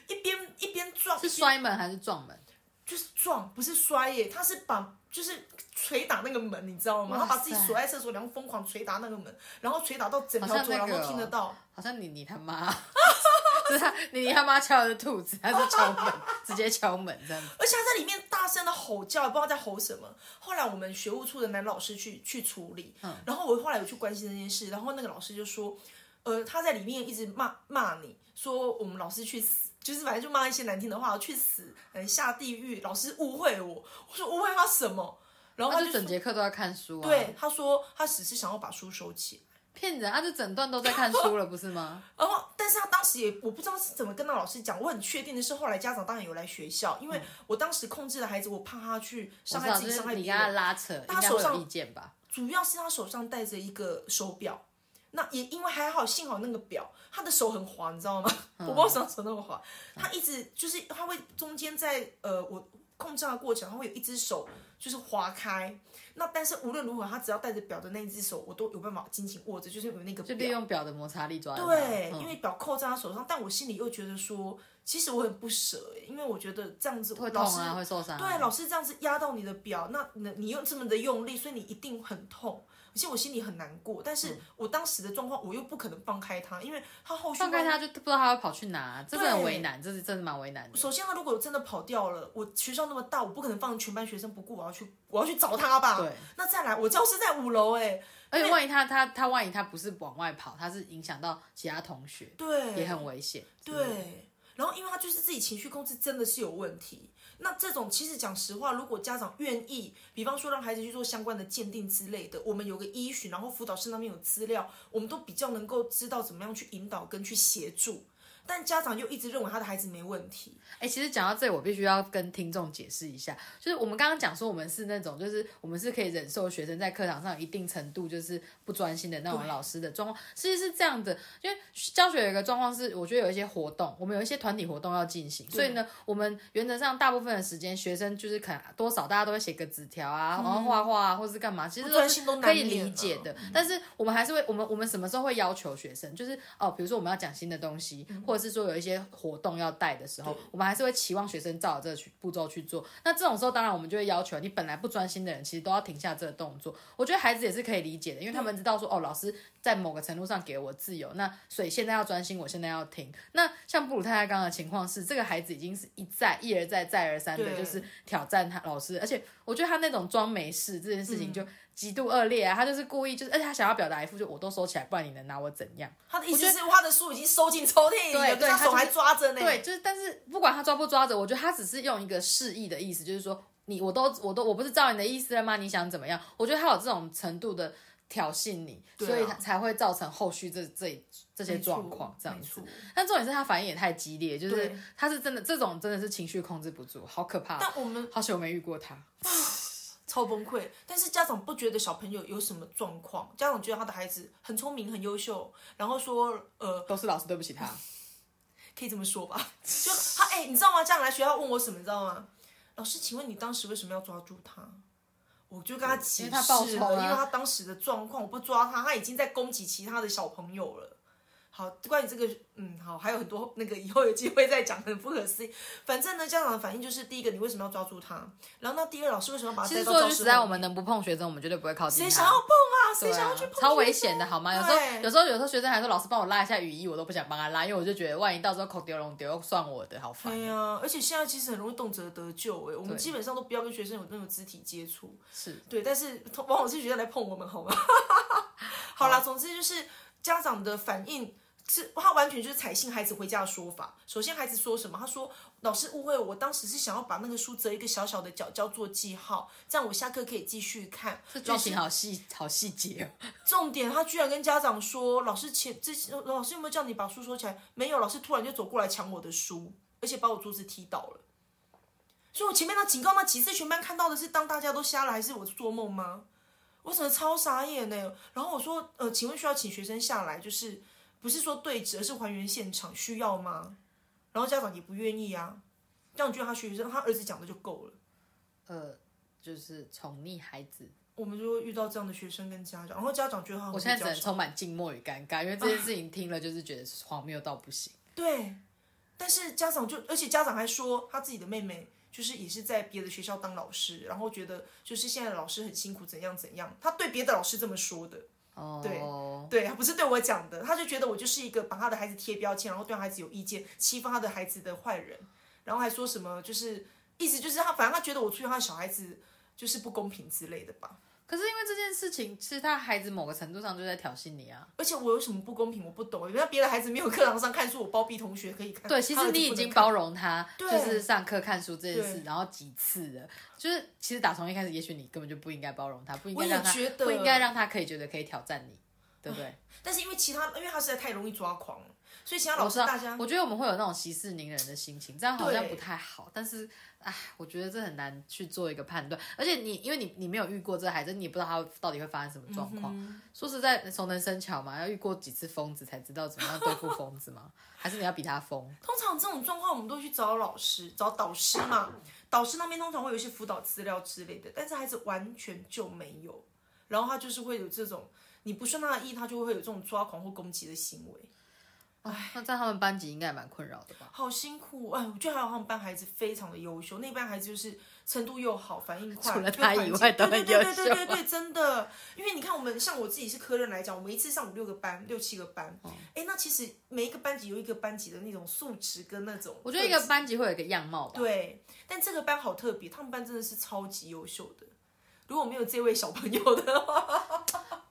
Speaker 1: 一边一边撞，
Speaker 2: 是摔门还是撞门？
Speaker 1: 就是撞，不是摔耶，他是把就是捶打那个门，你知道吗？
Speaker 2: 哇
Speaker 1: 他
Speaker 2: 塞
Speaker 1: 把自己锁在厕所，然后疯狂捶打那个门，然后捶打到整条
Speaker 2: 好
Speaker 1: 走
Speaker 2: 像那
Speaker 1: 廊
Speaker 2: 个
Speaker 1: 都听得到。
Speaker 2: 好像你你他妈，
Speaker 1: (laughs)
Speaker 2: (laughs) 是他你你他妈敲的兔子，他是敲门，直接敲门这样子。
Speaker 1: 而且他在里面大声的吼叫，也不知道在吼什么。后来我们学务处的男老师去去处理，
Speaker 2: 嗯
Speaker 1: 然后我后来有去关心这件事，然后那个老师就说，呃，他在里面一直骂骂你说我们老师去死，就是反正就骂一些难听的话，去死，嗯，下地狱。老师误会我，我说误会他什么？然后
Speaker 2: 他
Speaker 1: 他就
Speaker 2: 就啊整
Speaker 1: 说，
Speaker 2: 节课都在看书啊，
Speaker 1: 对，，他说他只是想要把书收起来。
Speaker 2: 骗人，他就整段都在看书了，不是吗？
Speaker 1: 然后，但是他当时也我不知道是怎么跟那老师讲，我很确定的是，后来家长当然有来学校，因为
Speaker 2: 嗯
Speaker 1: 我当时控制了孩子，我怕他去伤害
Speaker 2: 老
Speaker 1: 自己、
Speaker 2: 师
Speaker 1: 伤害
Speaker 2: 你
Speaker 1: 别
Speaker 2: 跟他
Speaker 1: 人。
Speaker 2: 拉扯，应
Speaker 1: 他
Speaker 2: 该
Speaker 1: 手
Speaker 2: 会有
Speaker 1: 上
Speaker 2: 意见吧？
Speaker 1: 主要是他手上戴着一个手表，那也因为还好，幸好那个表他的手很滑，你知道吗？
Speaker 2: 嗯
Speaker 1: 我不知道为什么手那么滑，他一直就是他会中间在呃我控制他的过程，他会有一只手就是划开。那但是无论如何，他只要戴着表的那一只手，我都有办法紧紧握着，就是有那个
Speaker 2: 就
Speaker 1: 表。
Speaker 2: 利用表的摩擦力抓得到
Speaker 1: 对，
Speaker 2: 嗯
Speaker 1: 因为表扣在他手上，但我心里又觉得说，其实我很不舍、欸，因为我觉得这样子
Speaker 2: 会
Speaker 1: 老
Speaker 2: 痛
Speaker 1: 师、
Speaker 2: 啊，会受伤啊。
Speaker 1: 对老师这样子压到你的表，那你你又这么的用力，所以你一定很痛。而且我心里很难过，但
Speaker 2: 嗯
Speaker 1: 是我当时的状况，我又不可能放开他，因为他后续
Speaker 2: 放开
Speaker 1: 万一
Speaker 2: 他就不知道他会跑去哪，这是
Speaker 1: 对
Speaker 2: 很为难，这是真的蛮为难的。
Speaker 1: 首先，他如果真的跑掉了，我学校那么大，我不可能放全班学生不顾，我要去，我要去找他吧。
Speaker 2: 对，
Speaker 1: 那再来，我教室在五楼，哎，
Speaker 2: 而且万一他他他万一他不是往外跑，他是影响到其他同学，
Speaker 1: 对，
Speaker 2: 也很危险。嗯，
Speaker 1: 对，然后因为他就是自己情绪控制真的是有问题。那这种其实讲实话，如果家长愿意，比方说让孩子去做相关的鉴定之类的，我们有个依循，然后辅导室那边有资料，我们都比较能够知道怎么样去引导跟去协助。但家长又一直认为他的孩子没问题，
Speaker 2: 哎、其实讲到这里，我必须要跟听众解释一下，就是我们刚刚讲说，我们是那种，就是我们是可以忍受学生在课堂上有一定程度就是不专心的那种
Speaker 1: 对
Speaker 2: 老师的状况，其实是这样的。因为教学有一个状况是，我觉得有一些活动，我们有一些团体活动要进行，所以呢，我们原则上大部分的时间，学生就是可能多少大家都会写个纸条啊，然后画画啊，或是干嘛，其
Speaker 1: 嗯
Speaker 2: 实
Speaker 1: 不专
Speaker 2: 是
Speaker 1: 心都难
Speaker 2: 可以
Speaker 1: 免
Speaker 2: 理
Speaker 1: 啊
Speaker 2: 解的。但是我们还是会，我们我们什么时候会要求学生？就是哦，比如说我们要讲新的东西，
Speaker 1: 嗯
Speaker 2: 或者是说有一些活动要带的时候，我们还是会期望学生照着这去步骤去做。那这种时候，当然我们就会要求你本来不专心的人，其实都要停下这个动作。我觉得孩子也是可以理解的，因为他们知道说哦，老师在某个程度上给我自由，那所以现在要专心，我现在要停。那像布鲁太太刚刚的情况是，这个孩子已经是一再一而再再而三的，
Speaker 1: 对
Speaker 2: 就是挑战他老师，而且我觉得他那种装没事这件事
Speaker 1: 嗯
Speaker 2: 情就极度恶劣啊，他就是故意就是，而且他想要表达一副就我都收起来，不然你能拿我怎样？
Speaker 1: 他的意思是他的书已经收进抽屉里
Speaker 2: 对
Speaker 1: 了，可
Speaker 2: 对
Speaker 1: 是他
Speaker 2: 他
Speaker 1: 手
Speaker 2: 就
Speaker 1: 还
Speaker 2: 是
Speaker 1: 抓着呢。
Speaker 2: 对，就是但是不管他抓不抓着，我觉得他只是用一个示意的意思，就是说你我都我都我不是照你的意思了吗？你想怎么样？我觉得他有这种程度的挑衅你，
Speaker 1: 对啊
Speaker 2: 所以他才会造成后续这这这些
Speaker 1: 没错
Speaker 2: 状况这样
Speaker 1: 没
Speaker 2: 子
Speaker 1: 错。
Speaker 2: 但重点是他反应也太激烈，就是
Speaker 1: 对
Speaker 2: 他是真的这种真的是情绪控制不住，好可怕。哦
Speaker 1: 但我们
Speaker 2: 好久没遇过他，
Speaker 1: 超崩溃。但是家长不觉得小朋友有什么状况，家长觉得他的孩子很聪明、很优秀，然后说呃
Speaker 2: 都是老师对不
Speaker 1: (laughs)
Speaker 2: 起他。
Speaker 1: 可以这么说
Speaker 2: (laughs)
Speaker 1: 吧。就他哎、你知道吗？家长来学校问我什么，你知道吗？老师，请问你当时为什么要抓住他？我就跟他解
Speaker 2: 因为
Speaker 1: 释
Speaker 2: 他报
Speaker 1: 了，
Speaker 2: 仇啊
Speaker 1: 因为他当时的状况，我不抓他，他已经在攻击其他的小朋友了。好，关于这个，嗯，好，还有很多那个以后有机会再讲，很不可思议。反正呢，家长的反应就是：第一个，你为什么要抓住他？然后，那第二，老师为什么要把他
Speaker 2: 其实
Speaker 1: 带到
Speaker 2: 说
Speaker 1: 教
Speaker 2: 句
Speaker 1: 室
Speaker 2: 实
Speaker 1: 后面？
Speaker 2: 在，我们能不碰学生，我们绝对不会靠近
Speaker 1: 谁
Speaker 2: 他。
Speaker 1: 想要碰啊？谁
Speaker 2: 对
Speaker 1: 想要
Speaker 2: 啊
Speaker 1: 去碰、
Speaker 2: 超危险的好吗？有时候
Speaker 1: 对
Speaker 2: 有时候有时候学生还说老师帮我拉一下雨衣，我都不想帮他拉，因为我就觉得万一到时候口丢龙丢又算我的，好烦。哦
Speaker 1: 对呀、啊而且现在其实很容易动辄得咎哎，我们基本上都不要跟学生有那种肢体接触。
Speaker 2: 是，
Speaker 1: 对，但是通往往是学生来碰我们，好吗？ (laughs) 好啦，总之就是家长的反应是，他完全就是采信孩子回家的说法。首先，孩子说什么？他说老师误会我，我当时是想要把那个书折一个小小的角叫做记号，这样我下课可以继续看。
Speaker 2: 这剧
Speaker 1: 老师
Speaker 2: 情好细好细节哦。
Speaker 1: 重点，他居然跟家长说：“老师前之前老师有没有叫你把书收起来？”没有，老师突然就走过来抢我的书，而且把我桌子踢倒了。所以我前面他警告那几次，全班看到的是当大家都瞎了，还是我做梦欸吗？我真的超傻眼呢。然后我说：“呃，请问需要请学生下来，就是不是说对峙，而是还原现场，需要吗？然后家长也不愿意啊，这样觉得他学生他儿子讲的就够了。
Speaker 2: 呃，就是宠溺孩子。
Speaker 1: 我们就会遇到这样的学生跟家长，然后家长觉得他很
Speaker 2: 我
Speaker 1: 会
Speaker 2: 现在只
Speaker 1: 教
Speaker 2: 能
Speaker 1: 小
Speaker 2: 充
Speaker 1: 孩
Speaker 2: 满静默与尴尬，因为这件事情听了就是觉得荒谬到不行。
Speaker 1: 对，但是家长就，而且家长还说他自己的妹妹就是也是在别的学校当老师，然后觉得就是现在的老师很辛苦，怎样怎样，他对别的老师这么说的，
Speaker 2: 哦，
Speaker 1: 对，不是对我讲的，他就觉得我就是一个把他的孩子贴标签，然后对他孩子有意见，欺负他的孩子的坏人，然后还说什么就是意思就是他反正他觉得我对他的小孩子就是不公平之类的吧。
Speaker 2: 可是因为这件事情，其实他孩子某个程度上就在挑衅你啊。
Speaker 1: 而且我有什么不公平？我不懂，人家别的孩子没有课堂上看书，我包庇同学可以看。
Speaker 2: 对，其
Speaker 1: 他
Speaker 2: 实
Speaker 1: 儿子
Speaker 2: 你
Speaker 1: 不
Speaker 2: 已
Speaker 1: 能
Speaker 2: 经
Speaker 1: 看
Speaker 2: 包容他，就
Speaker 1: 对
Speaker 2: 是上课看书这件事
Speaker 1: 对，
Speaker 2: 然后几次了，就是其实打从一开始，也许你根本就不应该包容他，不应该
Speaker 1: 我也
Speaker 2: 让他
Speaker 1: 觉，得
Speaker 2: 不应该让他可以觉得可以挑战你，对不对？
Speaker 1: 但是因为其他，因为他实在太容易抓狂了，所以其他
Speaker 2: 我
Speaker 1: 老
Speaker 2: 知
Speaker 1: 师
Speaker 2: 道
Speaker 1: 大家，
Speaker 2: 我觉得我们会有那种息事宁人的心情，这样好像
Speaker 1: 对
Speaker 2: 不太好。但是，哎，我觉得这很难去做一个判断。而且你，因为你你没有遇过这个孩子，你也不知道他到底会发生什么状况。
Speaker 1: 嗯
Speaker 2: 说实在，熟能生巧嘛，要遇过几次疯子才知道怎么样对付疯子嘛。 (laughs) 还是你要比他疯？
Speaker 1: 通常这种状况我们都去找老师、找导师嘛，导师那边通常会有一些辅导资料之类的，但是孩子完全就没有，然后他就是会有这种你不顺他的意，他就会有这种抓狂或攻击的行为，
Speaker 2: 那在他们班级应该也蛮困扰的吧？
Speaker 1: 好辛苦哎！我觉得还有他们班孩子非常的优秀，那班孩子就是程度又好，反应快，
Speaker 2: 除了他以外
Speaker 1: 又团结
Speaker 2: 都很优秀
Speaker 1: 对对对对对对，真的。因为你看，我们像我自己是科任来讲，我们一次上五六个班，六七个班，
Speaker 2: 哦
Speaker 1: 哎、那其实每一个班级有一个班级的那种素质跟那种，
Speaker 2: 我觉得一个班级会有一个样貌吧。
Speaker 1: 对，但这个班好特别，他们班真的是超级优秀的。如果没有这位小朋友
Speaker 2: (laughs)
Speaker 1: 的话，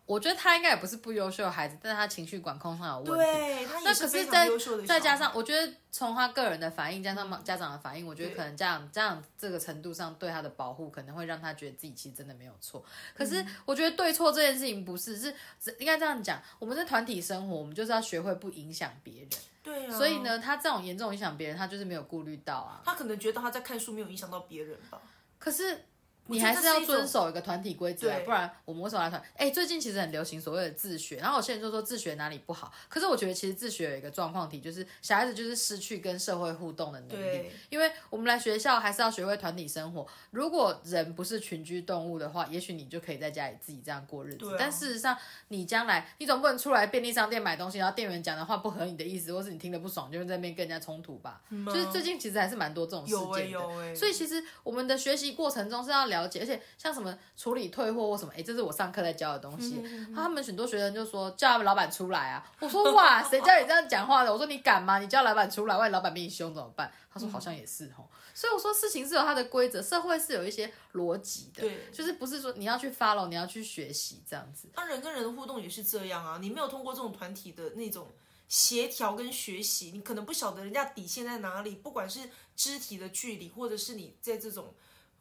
Speaker 2: 我觉得他应该也不是不优秀的孩子，但是他情绪管控上有问题。
Speaker 1: 对，他
Speaker 2: 那
Speaker 1: 也
Speaker 2: 可
Speaker 1: 非
Speaker 2: 是
Speaker 1: 常
Speaker 2: 再
Speaker 1: 优秀的
Speaker 2: 再
Speaker 1: 小
Speaker 2: 加
Speaker 1: 孩
Speaker 2: 上，我觉得从他个人的反应，加上家长的反应，我觉得
Speaker 1: 对
Speaker 2: 可能家长家长这个程度上对他的保护，可能会让他觉得自己其实真的没有错。
Speaker 1: 嗯
Speaker 2: 可是我觉得对错这件事情不是，是是应该这样讲，我们在团体生活，我们就是要学会不影响别人。
Speaker 1: 对啊，
Speaker 2: 所以，呢，他这种严重影响别人，他就是没有顾虑到啊。
Speaker 1: 他可能觉得他在看书没有影响到别人吧。
Speaker 2: 可是你
Speaker 1: 觉得
Speaker 2: 还
Speaker 1: 这
Speaker 2: 是要
Speaker 1: 是一种
Speaker 2: 遵守一个团体规则啊，
Speaker 1: 对
Speaker 2: 不然我们为什么要团？哎、最近其实很流行所谓的自学，然后有些人就说自学哪里不好，可是我觉得其实自学有一个状况体，就是小孩子就是失去跟社会互动的能力
Speaker 1: 对，
Speaker 2: 因为我们来学校还是要学会团体生活。如果人不是群居动物的话，也许你就可以在家里自己这样过日子，
Speaker 1: 对啊
Speaker 2: 但事实上你将来你总不能出来便利商店买东西，然后店员讲的话不合你的意思，或是你听得不爽，就会在那边跟人家冲突吧。就是最近其实还是蛮多这种事
Speaker 1: 嗯啊有哎、
Speaker 2: 件的。
Speaker 1: 有哎、
Speaker 2: 所以其实我们的学习过程中是要了解，而且像什么处理退货或什么，哎、这是我上课在教的东西。他们很多学生就说叫他们老板出来啊，我说哇，谁叫你这样讲话的？我说你敢吗？你叫老板出来，万一老板比你凶怎么办？他说好像也是吼。所以我说事情是有它的规则，社会是有一些逻辑的，
Speaker 1: 对
Speaker 2: 就是不是说你要去 follow，你要去学习这样子。
Speaker 1: 那人跟人的互动也是这样啊，你没有通过这种团体的那种协调跟学习，你可能不晓得人家底线在哪里，不管是肢体的距离，或者是你在这种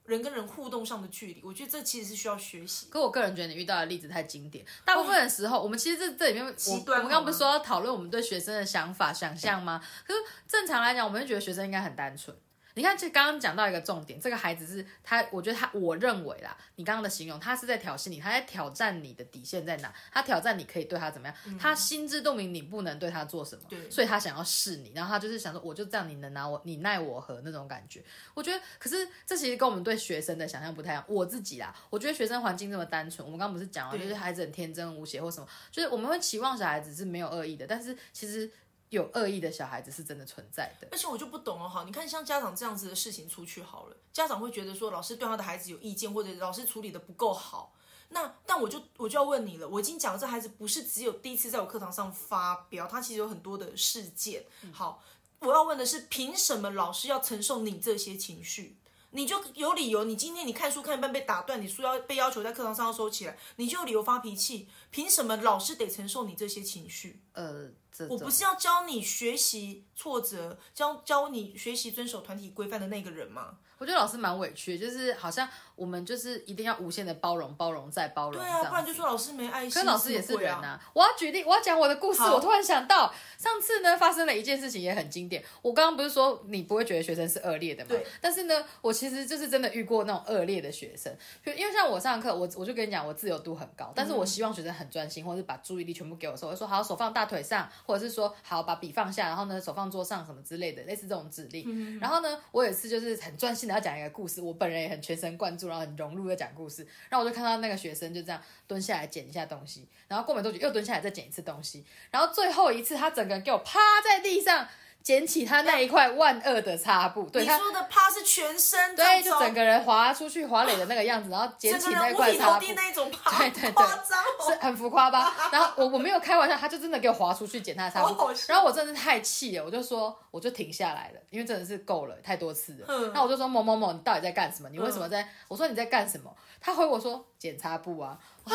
Speaker 1: 人跟人互动上的距离，我觉得这其实是需要学习。
Speaker 2: 可我个人觉得你遇到的例子太经典，大部分的时候，我们其实这这里面，我我
Speaker 1: 哦端
Speaker 2: 们
Speaker 1: 好
Speaker 2: 刚刚
Speaker 1: 吗
Speaker 2: 不是说要讨论我们对学生的想法、想象吗？可是正常来讲，我们就觉得学生应该很单纯。你看，这刚刚讲到一个重点，这个孩子是他，我觉得他，我认为啦，你刚刚的形容，他是在挑衅你，他在挑战你的底线在哪，他挑战你可以对他怎么样，他心知肚明你不能对他做什么，
Speaker 1: 嗯对
Speaker 2: 所以他想要试你，然后他就是想说，我就这样，你能拿我，你奈我何那种感觉。我觉得，可是这其实跟我们对学生的想象不太一样。我自己啦，我觉得学生环境这么单纯，我们刚刚不是讲了，
Speaker 1: 对
Speaker 2: 就是孩子很天真无邪或什么，就是我们会期望小孩子是没有恶意的，但是其实有恶意的小孩子是真的存在的。
Speaker 1: 而且我就不懂哦，好，你看像家长这样子的事情出去好了，家长会觉得说老师对他的孩子有意见，或者老师处理的不够好。那但我就我就要问你了，我已经讲了这孩子不是只有第一次在我课堂上发表，他其实有很多的事件。好，我要问的是，凭什么老师要承受你这些情绪？你就有理由，你今天你看书看一半被打断，你书要被要求在课堂上要收起来，你就有理由发脾气。凭什么老师得承受你这些情绪？
Speaker 2: 呃，这我
Speaker 1: 我不是要教你学习挫折，教教你学习遵守团体规范的那个人吗？
Speaker 2: 我觉得老师蛮委屈的，就是好像我们就是一定要无限的包容、包容再包容，
Speaker 1: 对
Speaker 2: 这
Speaker 1: 啊，
Speaker 2: 样
Speaker 1: 不然
Speaker 2: 子
Speaker 1: 就说老师没爱心。
Speaker 2: 可是老师也是人
Speaker 1: 啊。
Speaker 2: 啊。我要举例，我要讲我的故事。
Speaker 1: 好
Speaker 2: 我突然想到，上次呢发生了一件事情，也很经典。我刚刚不是说你不会觉得学生是恶劣的吗
Speaker 1: 对？
Speaker 2: 但是呢，我其实就是真的遇过那种恶劣的学生，就因为像我上课，我我
Speaker 1: 嗯
Speaker 2: 就跟你讲，我自由度很高，但是我希望学生很专心，或者是把注意力全部给我的时候，我会说好，手放大腿上，或者是说好把笔放下，然后呢手放桌上什么之类的，类似这种指
Speaker 1: 嗯
Speaker 2: 令。然后呢，我有一次就是很专心的要讲一个故事，我本人也很全神贯注，然后很融入的讲故事。然后我就看到那个学生就这样蹲下来捡一下东西，然后过没多久又蹲下来再捡一次东西，然后最后一次他整个人给我趴在地上。捡起他那一块万恶的擦布，对
Speaker 1: 你
Speaker 2: 他
Speaker 1: 说的趴是全身这
Speaker 2: 对，
Speaker 1: 样
Speaker 2: 就
Speaker 1: 子哦，
Speaker 2: 整个人滑出去滑垒的那个样子，然后捡
Speaker 1: 整
Speaker 2: 起
Speaker 1: 个
Speaker 2: 那
Speaker 1: 人
Speaker 2: 一
Speaker 1: 五
Speaker 2: 块
Speaker 1: 体
Speaker 2: 擦
Speaker 1: 投
Speaker 2: 布
Speaker 1: 地，那一种趴，
Speaker 2: 对对对
Speaker 1: 夸张
Speaker 2: 是
Speaker 1: 哦。
Speaker 2: 很浮
Speaker 1: (laughs)
Speaker 2: 夸吧？然后我我没有开玩笑，他就真的给我滑出去捡他的擦
Speaker 1: 好
Speaker 2: 布
Speaker 1: 好，笑
Speaker 2: 然后我真的是太气了，我就说我就停下来了，因为真的是够了，太多次了。
Speaker 1: 嗯
Speaker 2: 那我就说某某某，你到底在干什么？你为什么在？我说你在干什么？他回我说捡擦布啊， (laughs)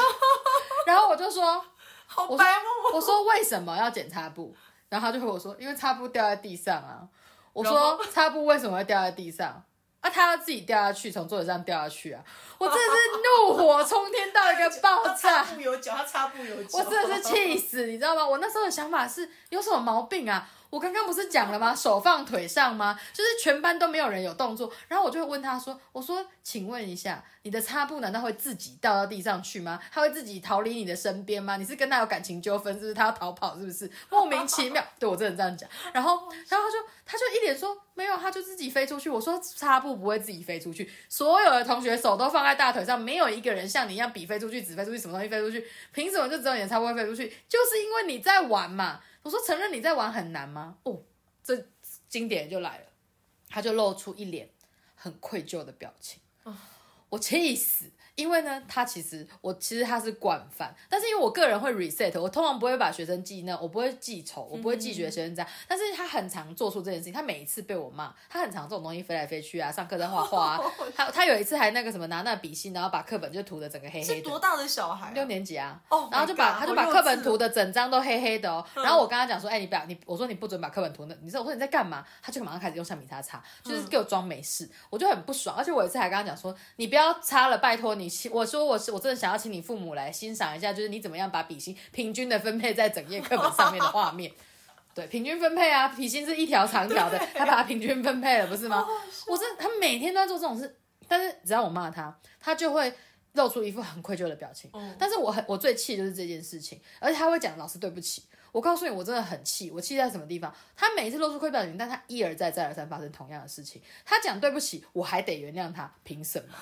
Speaker 2: 然后我就说
Speaker 1: 好
Speaker 2: 我
Speaker 1: 白
Speaker 2: 说
Speaker 1: 目
Speaker 2: 我说为什么要剪擦布？然后他就回我说，因为擦布掉在地上啊。我
Speaker 1: 然
Speaker 2: 说擦布为什么会掉在地上？啊，他要自己掉下去，从桌子上掉下去啊！我真的是怒火冲天到一个爆
Speaker 1: 他
Speaker 2: 炸
Speaker 1: 擦，布有脚，他擦布有脚，
Speaker 2: 我真的是气死，你知道吗？我那时候的想法是有什么毛病啊？我刚刚不是讲了吗？手放腿上吗？就是全班都没有人有动作，然后我就会问他说：“我说，请问一下，你的擦布难道会自己掉到地上去吗？他会自己逃离你的身边吗？你是跟他有感情纠纷，是不是？他要逃跑，是不是？莫名其妙。” (laughs) 对我真的这样讲，然后，然后他就他就一脸说没有，他就自己飞出去。我说擦布不会自己飞出去，所有的同学手都放在大腿上，没有一个人像你一样笔飞出去、纸飞出去、什么东西飞出去。凭什么就只有你的才会飞出去？就是因为你在玩嘛。我说承认你在玩很难吗？哦，这经典就来了，他就露出一脸很愧疚的表情。我气死，因为呢，他其实我其实他是惯犯，但是因为我个人会 reset，我通常不会把学生记那，我不会记仇，我不会记学生这样，但是他很常做出这件事情，他每一次被我骂，他很常这种东西飞来飞去啊，上课在画画啊，他他有一次还那个什么拿那笔芯，然后把课本就涂的整个黑黑
Speaker 1: 是
Speaker 2: 的
Speaker 1: 多，大的小孩啊？
Speaker 2: 六年级啊，
Speaker 1: 哦，
Speaker 2: 然后就
Speaker 1: my
Speaker 2: 把
Speaker 1: God，
Speaker 2: 他就把
Speaker 1: 好幼
Speaker 2: 课本
Speaker 1: 稚嗯
Speaker 2: 涂
Speaker 1: 哦，
Speaker 2: 的整张都黑黑的哦。然后我跟他讲说，哎，你不要你，我说你不准把课本涂那。你知道我说你在干嘛？他就马上开始用橡皮擦擦，就是
Speaker 1: 嗯
Speaker 2: 给我装没事。我就很不爽，而且我有一次还跟他讲说，你不要擦了，拜托你请。我说我是我真的想要请你父母来欣赏一下，就是你怎么样把笔芯平均的分配在整页课本上面的画面。对，平均分配啊，笔芯是一条长条的，他把它平均分配了，不是吗？我真的他每天都在做这种事，但是只要我骂他，他就会露出一副很愧疚的表情。
Speaker 1: 嗯
Speaker 2: 但是我很我最气的就是这件事情，而且他会讲老师对不起。我告诉你，我真的很气，我气在什么地方？他每一次露出愧疚表情，但他一而再再而三发生同样的事情。他讲对不起，我还得原谅他，凭什
Speaker 1: (laughs)
Speaker 2: 么？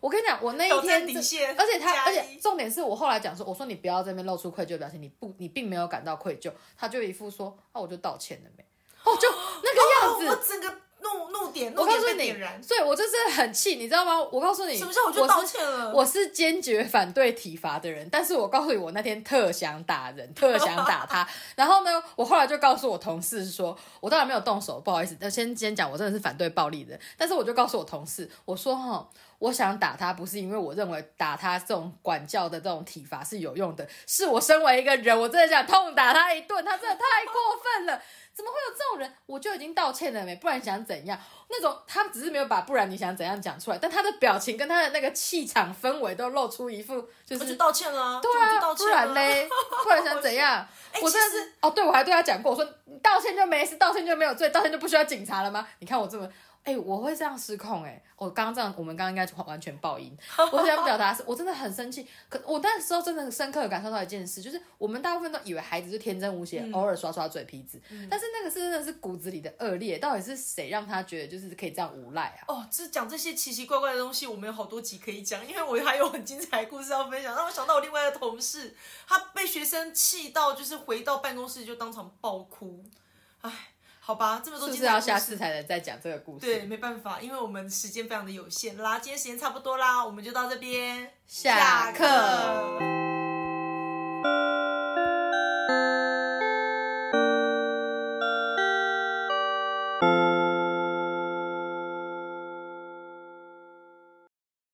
Speaker 2: 我跟你讲，我那一
Speaker 1: 挑战
Speaker 2: 天
Speaker 1: 底线，
Speaker 2: 而且他，
Speaker 1: 加
Speaker 2: 而
Speaker 1: 一
Speaker 2: 且重点是我后来讲说，我说你不要这边露出愧疚的表情，你不，你并没有感到愧疚，他就一副说，啊，我就道歉
Speaker 1: (gasps)
Speaker 2: 了没，哦，就那个样
Speaker 1: 哦我
Speaker 2: 子，
Speaker 1: 整个怒怒点，
Speaker 2: 我
Speaker 1: 怒
Speaker 2: 告
Speaker 1: 点
Speaker 2: 诉
Speaker 1: 被
Speaker 2: 你
Speaker 1: 点燃，，
Speaker 2: 对我就是很气，你知道吗？我告诉你，
Speaker 1: 什么叫我就道
Speaker 2: 是
Speaker 1: 歉了？
Speaker 2: 我是坚决反对体罚的人，但是我告诉你，我那天特想打人， (laughs) 特想打他。然后呢，我后来就告诉我同事说，我当然没有动手，不好意思，但先先讲，我真的是反对暴力的人。但是我就告诉我同事，我说哈，我想打他不是因为我认为打他这种管教的这种体罚是有用的，是我身为一个人，我真的想痛打他一顿，他真的太过分了。怎么会有这种人？我就已经道歉了没，不然想怎样？那种他只是没有把“不然你想怎样”讲出来，但他的表情跟他的那个气场氛围都露出一副就
Speaker 1: 我就是道歉了啊，
Speaker 2: 对
Speaker 1: 就我就
Speaker 2: 啊，
Speaker 1: 道
Speaker 2: 不
Speaker 1: 歉了
Speaker 2: 然嘞，不
Speaker 1: (laughs)
Speaker 2: 然想怎样？
Speaker 1: 哎
Speaker 2: 我
Speaker 1: 其
Speaker 2: 真的
Speaker 1: 实
Speaker 2: 是哦，对我还对他讲过，我说你道歉就没事，道歉就没有罪，道歉就不需要警察了吗？你看我这么。哎、我会这样失控哎、我刚刚这样，我们刚刚应该完完全
Speaker 1: (laughs)
Speaker 2: 爆音。我想表达是，我真的很生气。可我那时候真的深刻的感受到一件事，就是我们大部分都以为孩子就天真无邪，
Speaker 1: 嗯
Speaker 2: 偶尔耍耍嘴皮子，但是那个是真的是骨子里的恶劣。到底是谁让他觉得就是可以这样无赖啊？
Speaker 1: 哦，这讲这些奇奇怪怪的东西，我们有好多集可以讲，因为我还有很精彩的故事要分享。让我想到我另外一个同事，他被学生气到，就是回到办公室就当场爆哭。唉，好吧，这么多
Speaker 2: 是不
Speaker 1: 精
Speaker 2: 是
Speaker 1: 彩的故
Speaker 2: 要
Speaker 1: 事
Speaker 2: 下次才能再讲这个故事？
Speaker 1: 对，，没办法，因为我们时间非常的有限啦，今天时间差不多啦，我们就到这边，
Speaker 2: 下
Speaker 1: 下
Speaker 2: 课
Speaker 1: 课